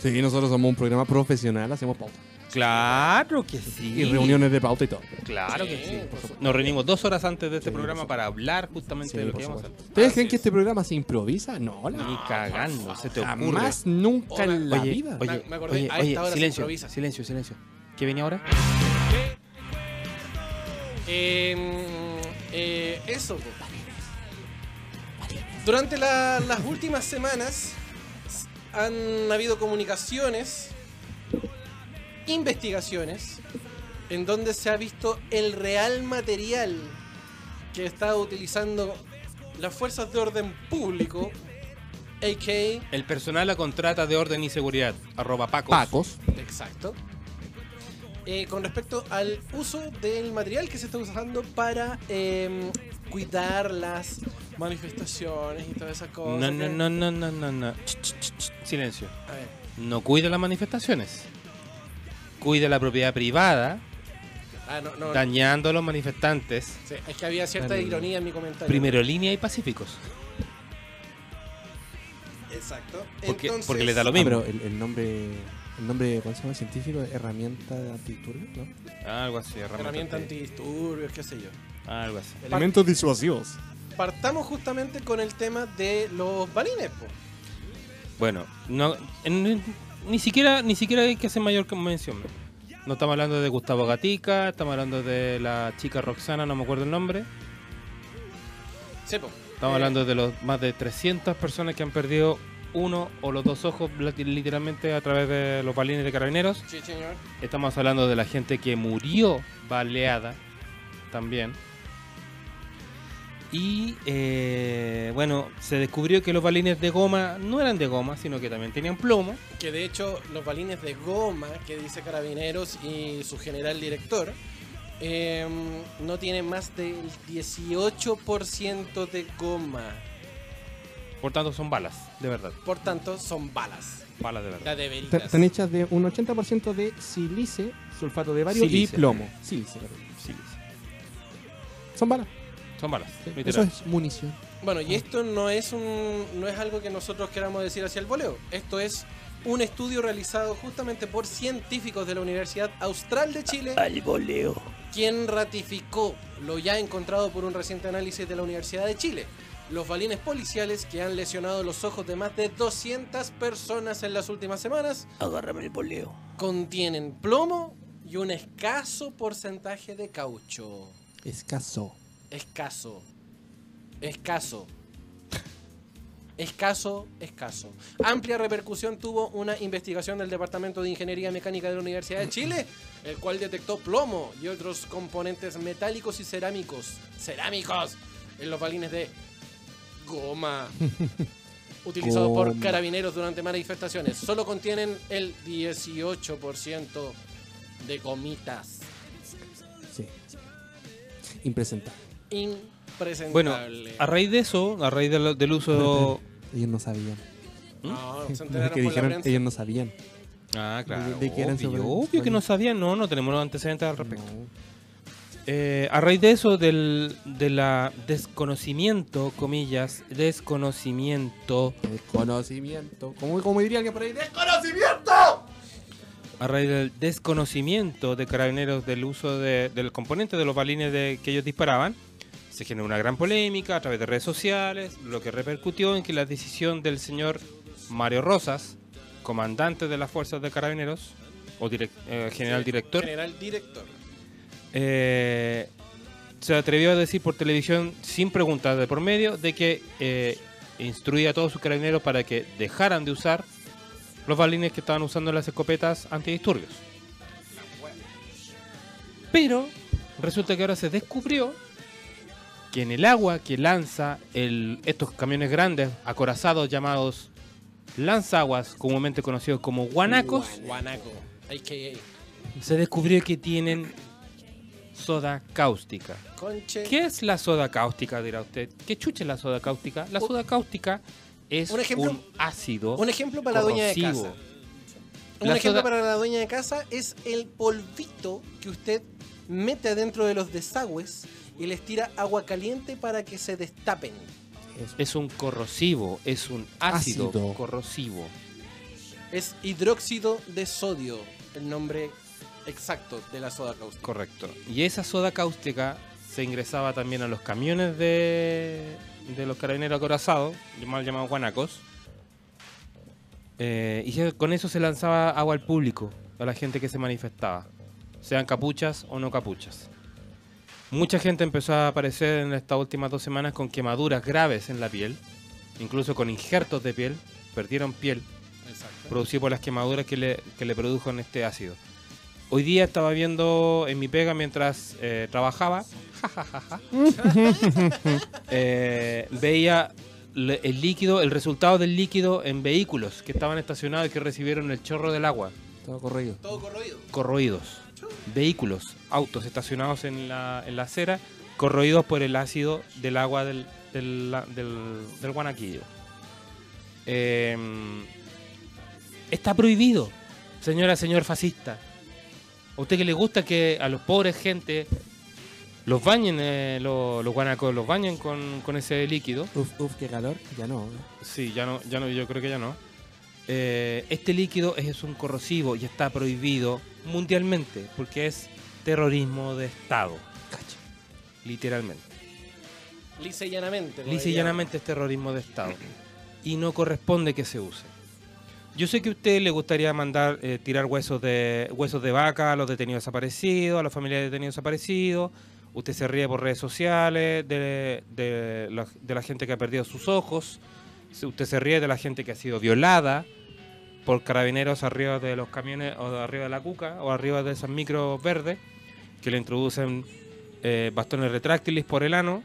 B: Sí, nosotros somos un programa profesional, hacemos pauta.
C: Claro que sí.
B: Y reuniones de pauta y todo.
C: Claro que
A: Sí,
C: sí.
A: por
C: por
A: supuesto.
C: supuesto. Nos reunimos dos horas antes de este programa para hablar justamente
B: Sí,
C: de lo
B: por
C: que vamos a
B: supuesto.
C: hacer.
B: ¿Ustedes
A: Así
B: creen que
A: es.
B: este programa se improvisa? No, la
C: Ni cagando, se te ocurre.
B: Jamás, nunca en la
C: oye,
B: vida.
C: Oye,
A: Me- me acordé,
C: oye,
A: a
C: oye,
A: esta hora se
C: silencio,
A: improvisa.
C: silencio, silencio. ¿Qué viene ahora?
A: Eh, eh, eso, po. Durante la- las últimas semanas s- han habido comunicaciones, investigaciones, en donde se ha visto el real material que está utilizando las fuerzas de orden público, a.k.a.
C: El personal la contrata de orden y seguridad. Arroba Pacos.
B: Pacos.
A: Exacto. Eh, con respecto al uso del material que se está usando para eh, cuidar las manifestaciones y todas esas cosas.
C: No, no, no, no, no, no, no. Ch, ch, ch, ch. Silencio.
A: A ver,
C: No cuida las manifestaciones. Cuida la propiedad privada,
A: ah, no, no.
C: dañando a los manifestantes.
A: Sí, es que había cierta
B: Dale.
A: ironía en mi comentario.
C: Primero línea y pacíficos.
A: Exacto.
C: Porque,
A: Entonces-
C: porque les da lo
B: Ah,
C: mismo.
B: pero el, el nombre, el nombre, ¿cuál se llama? Científico, herramienta de antidisturbios, ¿no?
C: Algo así, herramienta.
A: Herramienta antidisturbios, qué sé yo.
C: Algo así.
B: Elementos disuasivos.
A: Partamos justamente con el tema de los balines, po.
C: Bueno, no, en- ni siquiera ni siquiera hay que hacer mayor mención. No estamos hablando de Gustavo Gatica, estamos hablando de la chica Roxana, no me acuerdo el nombre.
A: Sí, po. Eh,
C: Estamos hablando de los más de 300 personas que han perdido uno o los dos ojos lati- literalmente a través de los balines de carabineros.
A: Sí, señor.
C: Estamos hablando de la gente que murió baleada también. Y eh, bueno, se descubrió que los balines de goma no eran de goma, sino que también tenían plomo.
A: Que de hecho los balines de goma que dice Carabineros y su general director eh, no tienen más del 18% de goma.
C: Por tanto, son balas, de verdad.
A: Por tanto, son balas.
C: Balas de verdad.
A: Las de veritas.
B: Están hechas de un 80% de silice, sulfato de bario
C: Sílice.
B: y plomo. Sílice, perdón.
C: Sí,
B: Son balas.
C: son balas,
B: sí. Eso
C: literal.
B: es munición.
A: Bueno, y esto no es, un, no es algo que nosotros queramos decir hacia el voleo. Esto es un estudio realizado justamente por científicos de la Universidad Austral de Chile. Al voleo. Quien ratificó lo ya encontrado por un reciente análisis de la Universidad de Chile. Los balines policiales que han lesionado los ojos de más de 200 personas en las últimas semanas. Agárrame el voleo. Contienen plomo y un escaso porcentaje de caucho.
B: Escaso.
A: Escaso. Escaso. Escaso, escaso. Amplia repercusión tuvo una investigación del Departamento de Ingeniería Mecánica de la Universidad de Chile, el cual detectó plomo y otros componentes metálicos y cerámicos. ¡Cerámicos! En los balines de goma. Utilizados por
B: Goma.
A: carabineros durante manifestaciones. Solo contienen el 18% de gomitas.
B: Sí. Impresentable.
A: Impresentable.
C: Bueno, a raíz de eso, a raíz de lo- del uso.
B: Ellos no sabían.
A: No, se
B: No, es
A: enteraron
B: que
A: por la
B: dijeron,
A: prensa.
B: ellos no sabían.
C: Ah, claro.
B: de que eran sobre-
C: obvio, obvio que no sabían, no, no tenemos los antecedentes al respecto.
B: No.
C: Eh, a raíz de eso, del de la desconocimiento, comillas, desconocimiento,
B: Desconocimiento. ¿Cómo, cómo diría alguien por ahí?
C: a raíz del desconocimiento de carabineros del uso de- del componente de los balines de, que ellos disparaban, se generó una gran polémica a través de redes sociales, lo que repercutió en que la decisión del señor Mario Rosas, comandante de las fuerzas de carabineros, o direc- eh, general director,
A: General director.
C: eh, se atrevió a decir por televisión, sin preguntas de por medio, de que eh, instruía a todos sus carabineros para que dejaran de usar los balines que estaban usando en las escopetas antidisturbios. Pero resulta que ahora se descubrió que en el agua que lanza el- estos camiones grandes, acorazados llamados lanzaguas, comúnmente conocidos como guanacos,
A: Guanaco. AKA.
C: se descubrió que tienen soda cáustica.
A: Conche.
C: ¿Qué es la soda cáustica, dirá usted? ¿Qué chucha es la soda cáustica? La soda cáustica es
A: Un
C: un,
A: ejemplo-
C: ácido.
A: Un ejemplo para la dueña de
C: corrosivo.
A: casa. Un
C: La
A: ejemplo
C: soda-
A: para la dueña de casa es el polvito que usted mete dentro de los desagües y les tira agua caliente para que se destapen.
C: Es un corrosivo, es un ácido,
B: Ácido.
C: corrosivo.
A: Es hidróxido de sodio, el nombre exacto de la soda cáustica.
C: Correcto. Y esa soda cáustica se ingresaba también a los camiones de, de los carabineros acorazados, mal llamados guanacos. Eh, y ya con eso se lanzaba agua al público, a la gente que se manifestaba, sean capuchas o no capuchas. Mucha gente empezó a aparecer en estas últimas dos semanas con quemaduras graves en la piel, incluso con injertos de piel, perdieron piel
A: Exacto.
C: producido por las quemaduras que le, que le produjo en este ácido. Hoy día estaba viendo en mi pega mientras eh, trabajaba, eh, veía le- el líquido, el resultado del líquido en vehículos que estaban estacionados y que recibieron el chorro del agua,
B: Todo corrido.
A: Todo corroído.
C: corroídos. Vehículos, autos estacionados en la, en la acera, corroídos por el ácido del agua del, del, la- del- del guanaquillo. Em, Está prohibido, señora, señor fascista. ¿A usted que le gusta que a los pobres gente los bañen, eh, lo- los, guanacos, los bañen con, con ese líquido?
B: Uf, uf, qué calor. Ya no.
C: Sí, ya no, ya no, yo creo que ya no. Eh, este líquido es un corrosivo y está prohibido mundialmente porque es terrorismo de Estado. Literalmente.
A: Lisa y llanamente. como
C: Lisa y
A: diría.
C: llanamente es terrorismo de Estado. Y no corresponde que se use. Yo sé que a usted le gustaría mandar eh, tirar huesos de huesos de vaca a los detenidos desaparecidos, a las familias de detenidos desaparecidos. Usted se ríe por redes sociales de, de la, de la gente que ha perdido sus ojos. Se- Usted se ríe de la gente que ha sido violada por carabineros arriba de los camiones o de arriba de la cuca o arriba de esas micros verdes que le introducen eh, bastones retráctiles por el ano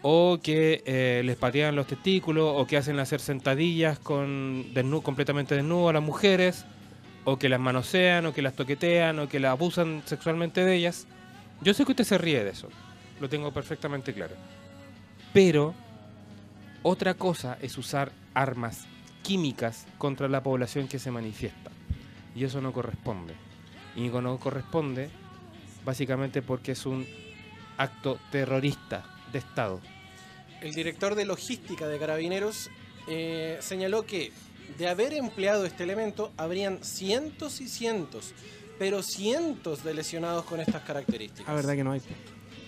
C: o que eh, les patean los testículos, o que hacen hacer sentadillas con desnu- completamente desnudo a las mujeres, o que las manosean, o que las toquetean, o que las abusan sexualmente de ellas. Yo sé que usted se ríe de eso, lo tengo perfectamente claro. Pero otra cosa es usar armas químicas contra la población que se manifiesta. Y eso no corresponde. Y no corresponde básicamente porque es un acto terrorista de Estado.
A: El director de logística de Carabineros eh, señaló que de haber empleado este elemento habrían cientos y cientos, pero cientos de lesionados con estas características.
B: La verdad que no hay.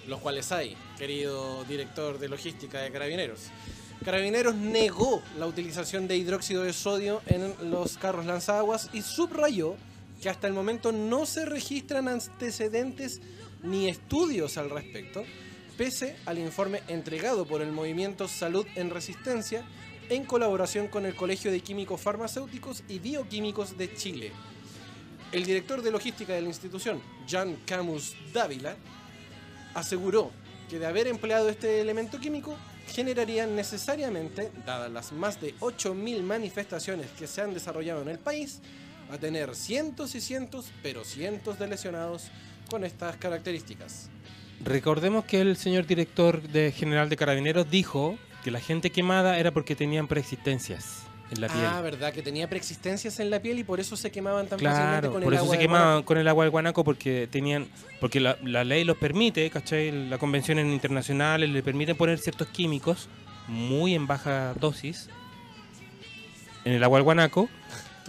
A: los cuales hay, querido director de logística de Carabineros. Carabineros negó la utilización de hidróxido de sodio en los carros lanzaguas y subrayó que hasta el momento no se registran antecedentes ni estudios al respecto, pese al informe entregado por el movimiento Salud en Resistencia en colaboración con el Colegio de Químicos Farmacéuticos y Bioquímicos de Chile. El director de logística de la institución, Jan Camus Dávila, aseguró que de haber empleado este elemento químico generaría necesariamente, dadas las más de 8.000 manifestaciones que se han desarrollado en el país, a tener cientos y cientos, pero cientos de lesionados con estas características.
C: Recordemos que el señor director de general de Carabineros dijo que la gente quemada era porque tenían preexistencias en la piel.
A: Ah, verdad, que tenía preexistencias en la piel y por eso se quemaban tan fácilmente
C: claro,
A: con
C: por
A: el
C: eso
A: agua
C: se
A: de
C: quemaban con el agua del guanaco porque tenían porque la, la ley los permite, ¿cachai? Las convenciones internacionales le permiten poner ciertos químicos muy en baja dosis en el agua del guanaco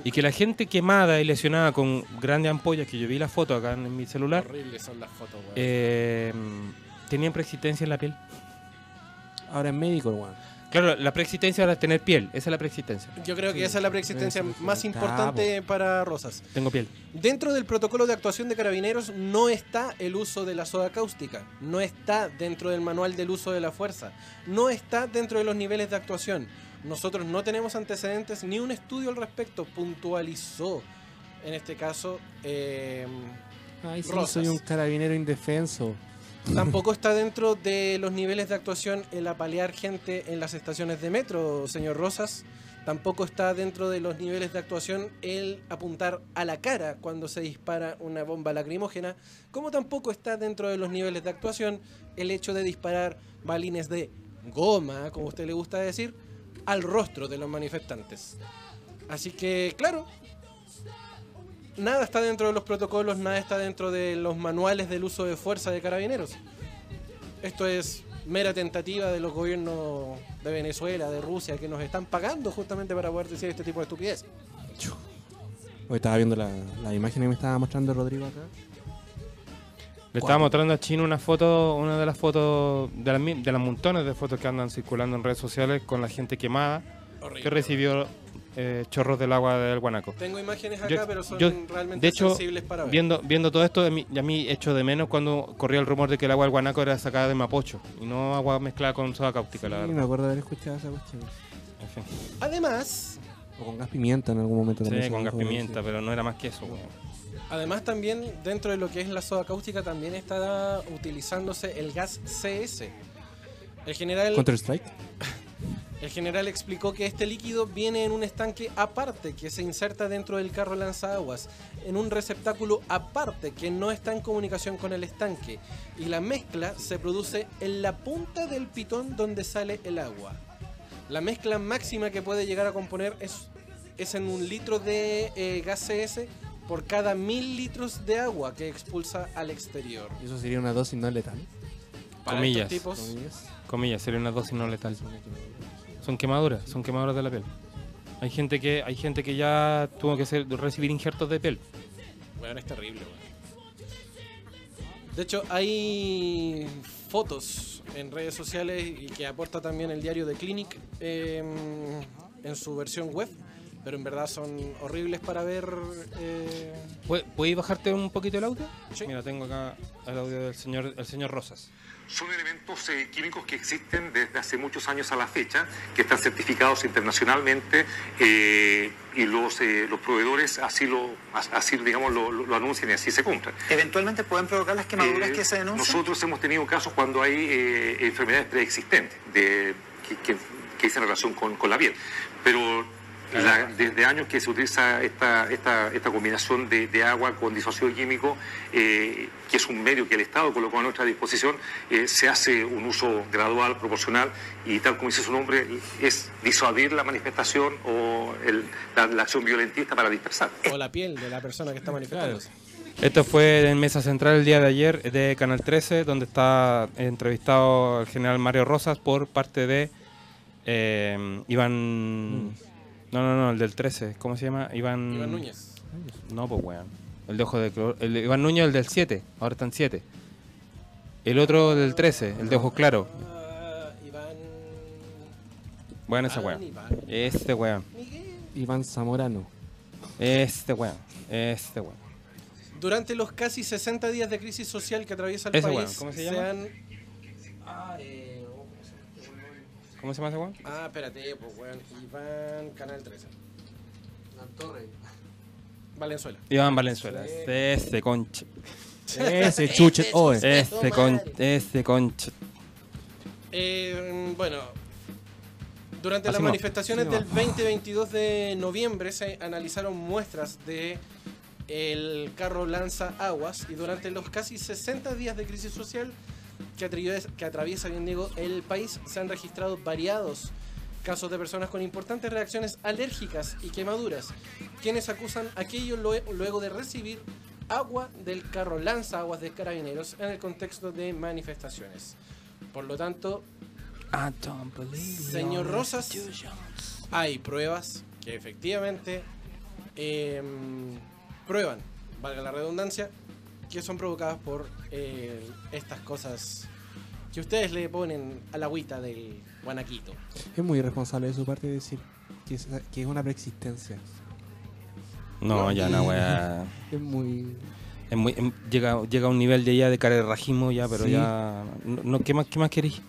C: y que la gente quemada y lesionada con grandes ampollas que yo vi la foto acá en mi celular
A: Horribles son las fotos, weón.
C: eh, tenían preexistencia en la piel.
B: Ahora es médico, el weón.
C: Claro, la preexistencia ahora es tener piel. Esa es la preexistencia.
A: Yo creo que esa es la preexistencia
B: eso es
A: más
B: un
A: importante para Rosas.
C: Tengo piel.
A: Dentro del protocolo de actuación de carabineros no está el uso de la soda cáustica, no está dentro del manual del uso de la fuerza, no está dentro de los niveles de actuación. Nosotros no tenemos antecedentes ni un estudio al respecto, puntualizó en este caso. eh,
B: Ay, sí,
A: Rosas.
B: soy un carabinero indefenso.
A: tampoco está dentro de los niveles de actuación el apalear gente en las estaciones de metro, señor Rosas. Tampoco está dentro de los niveles de actuación el apuntar a la cara cuando se dispara una bomba lacrimógena, como tampoco está dentro de los niveles de actuación el hecho de disparar balines de goma, como a usted le gusta decir, al rostro de los manifestantes. Así que, claro, nada está dentro de los protocolos, nada está dentro de los manuales del uso de fuerza de carabineros. Esto es mera tentativa de los gobiernos de Venezuela, de Rusia, que nos están pagando justamente para poder decir este tipo de estupidez.
B: Hoy estaba viendo la, la imagen que me estaba mostrando Rodrigo acá.
C: Le estaba mostrando a Chino una foto, una de las fotos, de las, mi- de las montones de fotos que andan circulando en redes sociales con la gente quemada que recibió eh, chorros del agua del guanaco.
A: Tengo imágenes acá,
C: Yo-
A: pero son
C: yo-
A: realmente
C: de hecho,
A: sensibles para ver.
C: Viendo, viendo todo esto, a mí, a mí echo de menos cuando corría el rumor de que el agua del guanaco era sacada de Mapocho y no agua mezclada con soda cáustica, la
B: Sí,
C: verdad.
B: me acuerdo de haber escuchado esa cuestión.
C: En fin.
A: Además,
B: O con gas pimienta en algún momento también.
C: Sí,
B: se
C: con gas
B: dijo,
C: pimienta,
B: sí.
C: pero no era más que eso. weón.
A: además también dentro de lo que es la soda cáustica también está utilizándose el gas CS. El general
B: Counter Strike.
A: El general explicó que este líquido viene en un estanque aparte que se inserta dentro del carro lanzaguas, en un receptáculo aparte que no está en comunicación con el estanque, y la mezcla se produce en la punta del pitón donde sale el agua. La mezcla máxima que puede llegar a componer es, es en un litro de eh, gas CS por cada mil litros de agua que expulsa al exterior.
B: ¿Y eso sería una dosis no letal?
A: Para
C: Comillas.
A: estos tipos,
C: Comillas, sería una dosis no letal. Son quemaduras, son quemaduras de la piel. Hay gente que, hay gente que ya tuvo que ser- recibir injertos de piel.
A: Weón, es terrible, weón. De hecho, hay fotos en redes sociales y que aporta también el diario The Clinic eh, en su versión web, pero en verdad son horribles para ver. eh,
C: ¿Pue- ¿Puedes bajarte un poquito el audio?
A: Sí.
C: Mira, tengo acá el audio del señor, el señor Rosas.
H: son elementos eh, químicos que existen desde hace muchos años a la fecha, que están certificados internacionalmente eh, y los, eh, los proveedores así lo, as- así, digamos, lo, lo- lo anuncian y así se compran.
I: Eventualmente pueden provocar las quemaduras
H: Eh,
I: que se denuncian.
H: Nosotros hemos tenido casos cuando hay eh, enfermedades preexistentes de, que, que, que dicen relación con, con la piel. Pero la- desde años que se utiliza esta, esta, esta combinación de, de agua con disuasivo químico, eh, que es un medio que el Estado colocó a nuestra disposición, eh, se hace un uso gradual, proporcional y tal como dice su nombre, es disuadir la manifestación o el- la, la acción violentista para dispersar.
A: o la piel de la persona que está manifestándose.
C: Esto fue en Mesa Central el día de ayer de Canal 13, donde está entrevistado el general Mario Rosas por parte de eh, Iván... No, no, no, el del 13. ¿Cómo se llama? Iván...
A: Mm. Iván Núñez.
C: No, pues weón. El de Ojo de Color. El de Iván Núñez, el del 7. Ahora están 7. El otro del 13, el de Ojos Claros.
A: Ah, Iván.
C: Bueno, ese
A: Iván,
C: weón.
A: Iván.
C: Este weón.
B: Iván Zamorano.
C: Este weón. Este weón.
A: Durante los casi 60 días de crisis social que atraviesa el
C: Ese
A: país,
C: weón, ¿cómo se llama?
A: han- Ah, eh, oh, ¿cómo se llama?
C: ¿Cómo se llama ese weón?
A: Ah, espérate, pues, weón. Iván, Canal 13. La Torre. Valenzuela.
C: Iván Valenzuela. Este conche.
B: Ese chuche. Oe.
C: Este conche. Este conche.
A: Eh, bueno, durante
C: Así
A: las
C: no.
A: manifestaciones
B: Así
A: del
B: no.
A: 20-22 de noviembre se analizaron muestras de el carro lanza aguas y durante los casi 60 días de crisis social que, atribuye- que atraviesa bien digo el país se han registrado variados casos de personas con importantes reacciones alérgicas y quemaduras quienes acusan aquello lue- luego de recibir agua del carro lanza aguas de carabineros en el contexto de manifestaciones por lo tanto Señor Rosas, hay pruebas que efectivamente em, prueban, valga la redundancia, que son provocadas por eh, estas cosas que ustedes le ponen al agüita del guanaquito.
B: Es muy irresponsable de su parte decir que es, que es una preexistencia.
C: No, ya no, weón.
B: Es muy.
C: Es muy- em- llega, llega a un nivel de ya de carerrajismo ya, pero
B: Sí.
C: ya. No, no, ¿Qué más, qué más querís?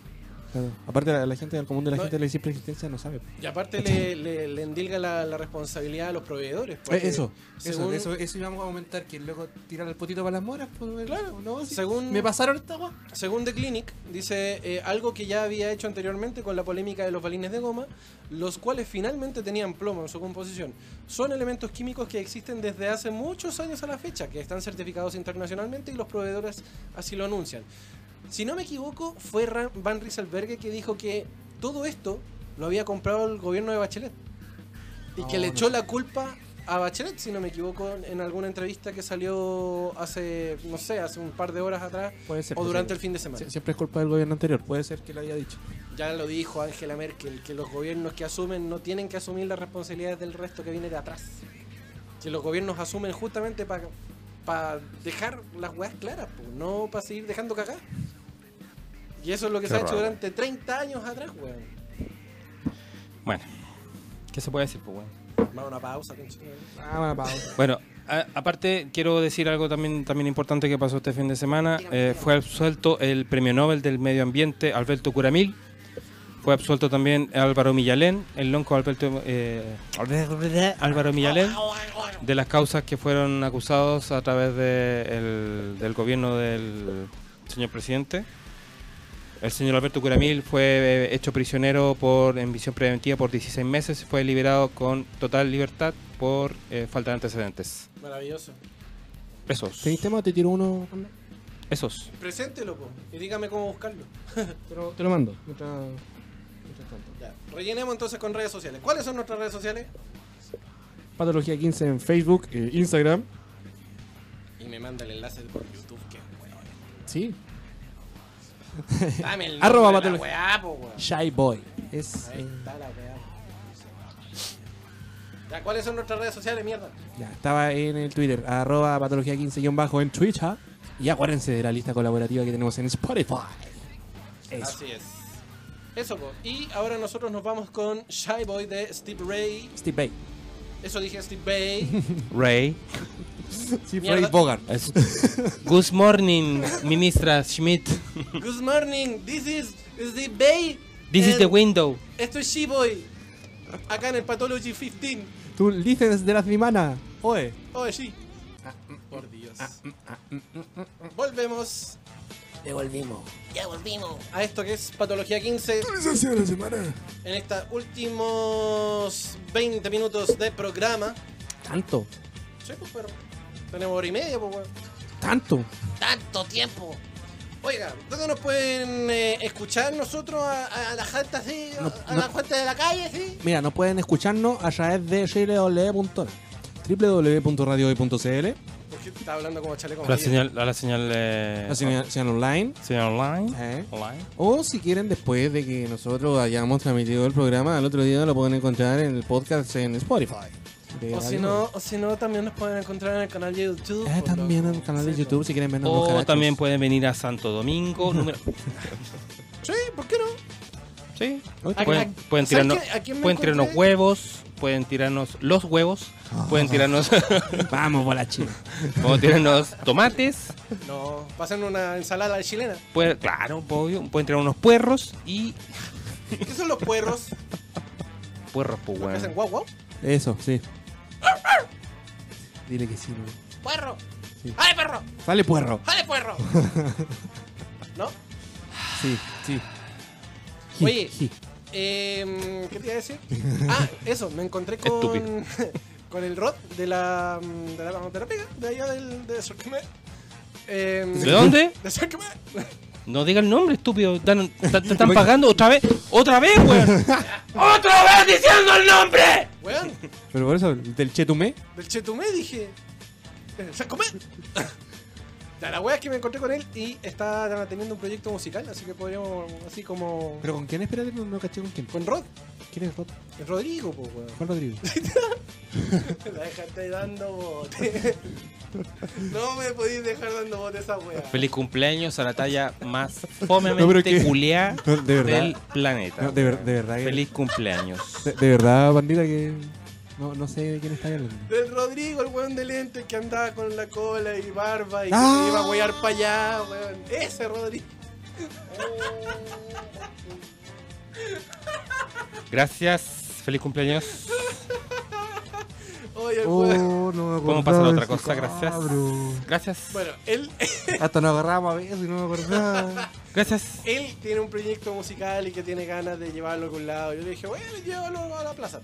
B: Claro. Aparte, la, la gente del común de la
A: No,
B: gente de la simple existencia no sabe.
A: Y aparte le, le- le endilga la, la responsabilidad a los proveedores. porque
C: Pues
B: Eh, eso,
A: según-
B: eso, eso, eso íbamos a comentar, que luego tirar el potito para las moras, pues,
A: Claro,
B: no, sí.
A: según-
B: me pasaron esta weá.
A: Según The Clinic, dice eh, algo que ya había hecho anteriormente con la polémica de los balines de goma, los cuales finalmente tenían plomo en su composición. Son elementos químicos que existen desde hace muchos años a la fecha, que están certificados internacionalmente y los proveedores así lo anuncian. Si no me equivoco, fue Ra- Van Rieselberghe que dijo que todo esto lo había comprado el gobierno de Bachelet. Y que le
B: No, Oh, no
A: echó
B: sé.
A: la culpa a Bachelet, si no me equivoco, en alguna entrevista que salió hace, no sé, hace un par de horas atrás
B: Puede ser.
A: o
B: pues,
A: durante
B: sí.
A: el fin de semana.
B: Sie- Siempre es culpa del gobierno anterior, puede ser que lo haya dicho.
A: Ya lo dijo Angela Merkel, que los gobiernos que asumen no tienen que asumir las responsabilidades del resto que viene de atrás. Que los gobiernos asumen justamente para dejar las weas claras, po, no para seguir dejando cagar. Y eso es lo que
C: Qué
A: se ha hecho
C: raro.
A: durante 30 años atrás, weón.
C: Bueno, ¿qué se puede decir, pues, weón?
A: Vamos a una pausa, concha.
C: Bueno, a- aparte quiero decir algo también, también importante que pasó este fin de semana. Eh, fue absuelto el premio Nobel del Medio Ambiente, Alberto Curamil. Fue absuelto también Álvaro Millalén, el lonco Alberto, eh, Álvaro Millalén, de las causas que fueron acusados a través de el- del gobierno del señor presidente. El señor Alberto Curamil fue eh, hecho prisionero por en visión preventiva por 16 meses y fue liberado con total libertad por eh, falta de antecedentes.
A: Maravilloso.
C: Esos.
B: ¿Tenéis tema o te tiro uno?
C: Esos.
A: Preséntelo, po, y dígame cómo buscarlo.
B: Te lo, te lo mando.
A: Ya. Rellenemos entonces con redes sociales. ¿Cuáles son nuestras redes sociales?
B: Patología 15 en Facebook, eh, Instagram.
A: Y me manda el enlace por YouTube, que weón.
B: Sí.
A: Dame el nombre
B: Arroba
A: de la
B: patología.
A: weá, po, weón.
B: Shy Boy. Es.
A: Ahí
B: eh,
A: está la weá. Ya, ¿cuáles son nuestras redes sociales, mierda?
B: ya, estaba en el Twitter, arroba patología 15-bajo en Twitter. Y acuérdense de la lista colaborativa que tenemos en Spotify. Eso.
A: Así es. Eso, po. Y ahora nosotros nos vamos con Shy Boy de Steve Ray.
B: Steve Bay.
A: Eso dije Steve Ray.
C: Ray.
B: Sí,
A: Mierda.
B: Fred Bogart.
C: Good morning, ministra Schmidt.
A: Good morning, this is Steve Bay.
C: This is the
A: win.
C: window.
A: Esto es Shy Boy. Acá en el Pathology 15.
B: Tú licencias de la semana. Oe.
A: Oh, sí.
B: Ah, mm,
A: Por Dios. Volvemos. Devolvimos. Ya volvimos. A esto que es Patología 15.
B: Licencia de la semana.
A: En estos últimos 20 minutos de programa.
B: Tanto.
A: Sí, pues, pero tenemos hora y media, pues, weón.
B: Tanto.
A: Tanto tiempo. Oiga, ¿dónde nos pueden eh, escuchar nosotros a, a la gente así?
B: No,
A: a
B: no.
A: la gente de la calle, sí.
B: Mira, nos pueden escucharnos a través de www.radiohoy.cl www.radiohoy.cl
A: ¿Por qué está hablando como chaleco?
C: La
A: amarillo?
C: señal, a la señal, eh,
B: la señal, señal online.
C: señal online.
B: ¿eh?
C: Online.
B: O si quieren, después de que nosotros hayamos transmitido el programa, al otro día lo pueden encontrar en el podcast en Spotify. de
A: O si
B: Radio
A: no,
B: Hoy.
A: o si no, también nos pueden encontrar en el canal de YouTube.
B: Ah,
A: pues,
B: también en
A: loco.
B: el canal de
A: Sí,
B: YouTube si quieren vernos. los
C: O
B: carachos.
C: Oh, también pueden venir a Santo Domingo. número-
A: pues. Sí, ¿por qué no?
C: Sí.
B: Uy,
A: Acá-
C: Pueden, pueden
A: ¿sabes
C: tirarnos,
A: qué? ¿A quién me
C: pueden tirarnos
A: encontré?
C: huevos, pueden tirarnos los huevos, pueden tirarnos,
B: Vamos, bola china.
C: pueden tirarnos tomates.
A: No, pasan una ensalada chilena.
C: Puede, claro, obvio, pueden tirar unos puerros y.
A: ¿Qué son los puerros?
C: Puerros, pues,
A: ¿Los que hacen
C: weón.
A: guau guau?
B: Eso, sí. Dile que sí. ¿no?
A: ¡Puerro!
B: Sí.
A: ¡Ay, perro!
B: Sale puerro.
A: ¡Jale, puerro! ¿No?
B: Sí, sí. Ji,
A: Oye.
B: ji.
A: Eh, ¿Qué te iba a decir? Ah, eso, me encontré con,
C: Estúpido.
A: con el Rod de la, mm, de la de la pega, de allá del, de Sorquemé. Eh,
C: ¿De dónde?
A: De Sorquemé.
C: No diga el nombre, estúpido. Dan- ta- te están pagando otra vez. ¡Otra vez, weón! ¡Otra vez diciendo el nombre!
A: Weón,
B: Pero por eso, del Chetumé.
A: del Chetumé dije. ¡De Sorquemé! Ya, La wea es que me encontré con él y está teniendo un proyecto musical, así que podríamos, así como.
B: ¿Pero con quién? Espérate, no, no caché con quién.
A: Con Rod,
B: ¿Quién es Rod?
A: el Rodrigo, po, weón.
B: Juan Rodríguez.
A: La dejaste dando bote. No me podéis dejar dando bote esa wea.
C: Feliz cumpleaños a la talla más fomemente
B: No, pero que-
C: culiá
B: No, de verdad.
C: del planeta.
B: No, de, ver- de verdad que-
C: Feliz cumpleaños.
B: De, de verdad, bandita, que. No, no sé de quién está hablando.
A: Del Rodrigo, el weón de lente que andaba con la cola y barba y que
B: Ah.
A: se iba a huear para allá, weón. Ese Rodrigo.
C: Gracias, feliz cumpleaños.
A: Oye, el weón.
B: Oh, no me acordaba
C: Vamos a pasar a
B: de
C: otra
B: ese
C: cosa, gracias.
B: cabro.
C: Gracias.
A: Bueno, él,
B: Hasta nos agarramos a veces y no me acordaba.
C: Gracias.
A: él tiene un proyecto musical y que tiene ganas de llevarlo a algún lado. Yo le dije, bueno, llévalo a la plaza.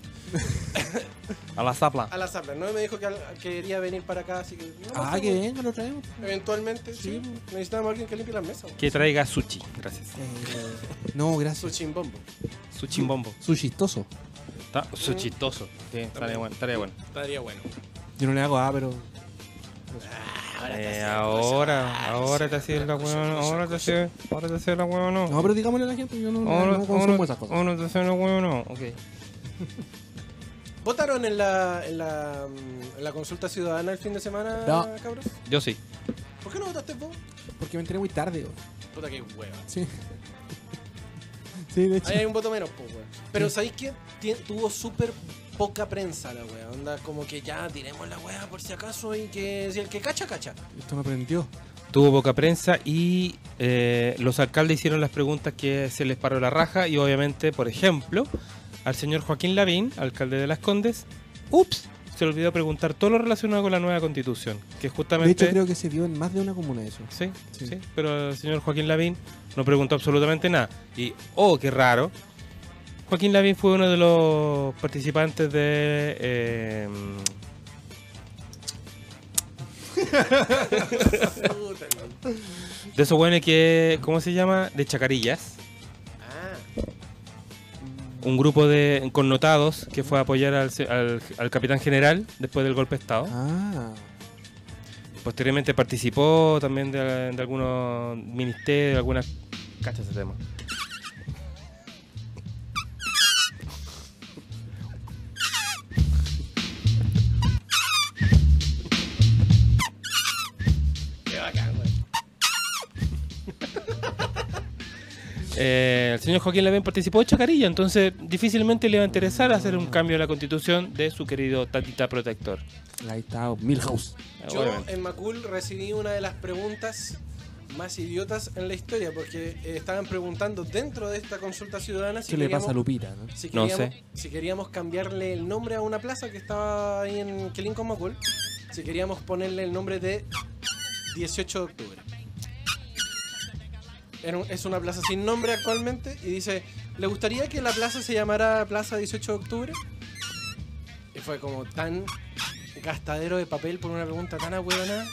C: A la zapla.
A: A la Zapla, ¿no? Y Me dijo que al- quería venir para acá, así que... no,
B: ah,
A: sí,
B: que venga, lo traemos.
A: Eventualmente, sí. Necesitamos a alguien que limpie las mesas.
C: Que traiga sushi. Gracias.
B: Eh, no,
A: Su
B: gracias.
A: chimbombo.
C: Sushi bombo.
B: Su chistoso.
C: Está sushitoso. Sí, estaría bueno. Estaría bueno.
A: Estaría bueno.
B: Yo no le hago ah, pero.
C: Eh, ahora, ahora te haces la weón. Ahora te haces ahora te haces la weón. No.
B: No, pero digámosle a la gente, yo no, no-
C: Ahora,
B: no
C: ahora,
B: consumo esas cosas.
C: ahora te haces la weón. No. Ok.
A: ¿Votaron en la, en, la, mm, en la consulta ciudadana el fin de semana,
B: No.
A: cabros?
C: Yo sí.
A: ¿Por qué no votaste vos?
B: Porque me entré muy tarde. güey.
A: Puta que hueva.
B: Sí. sí, de hecho.
A: Ahí hay un voto menos, pues, weón. Pero ¿sabéis qué? Tien- tuvo súper poca prensa la wea. Onda, como que ya tiremos la wea por si acaso y que si el que cacha, cacha.
B: Esto me aprendió.
C: Tuvo poca prensa y eh, los alcaldes hicieron las preguntas que se les paró la raja y obviamente, por ejemplo, al señor Joaquín Lavín, alcalde de Las Condes, ups, se le olvidó preguntar todo lo relacionado con la nueva constitución, que
B: De
C: justamente...
B: hecho, creo que se dio en más de una comuna eso.
C: Sí,
B: Sí.
C: sí, pero el señor Joaquín Lavín no preguntó absolutamente nada. Y, oh, qué raro. Joaquín Lavín fue uno de los participantes de... eh,
A: Puta, no.
C: de esos buenos que... ¿Cómo se llama? De Chacarillas.
A: Ah,
C: un grupo de connotados que fue a apoyar al, se- al- al capitán general después del golpe de Estado.
B: Ah.
C: Posteriormente participó también de, de algunos ministerios, de algunas... Cacha ese tema.
A: qué bacán, weón.
C: Eh, el señor Joaquín Lavín participó de Chacarilla, entonces difícilmente le va a interesar hacer un cambio a la constitución de su querido tatita protector.
B: Ahí está Milhouse.
A: Yo
C: Obviamente.
A: en Macul recibí una de las preguntas más idiotas en la historia porque eh, estaban preguntando dentro de esta consulta ciudadana si
B: ¿Qué le
A: queríamos-
B: pasa a Lupita? no?
A: Si
C: No
A: queríamos,
C: sé.
A: si queríamos cambiarle el nombre a una plaza que estaba ahí en Quelín con Macul, si queríamos ponerle el nombre de 18 de octubre. Era un- es una plaza sin nombre actualmente y dice, ¿le gustaría que la plaza se llamara Plaza 18 de octubre? Y fue como tan gastadero de papel por una pregunta tan ahueonada.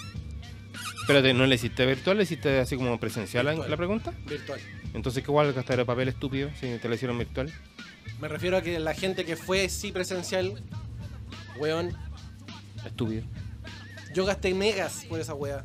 C: Espérate, ¿no le hiciste virtual? ¿Le hiciste así como presencial la,
A: Virtual.
C: la pregunta?
A: Virtual.
C: Entonces, ¿qué igual gastar de papel estúpido si te lo hicieron virtual?
A: Me refiero a que la gente que fue sí presencial, weón,
C: Estúpido.
A: Yo gasté megas por esa wea.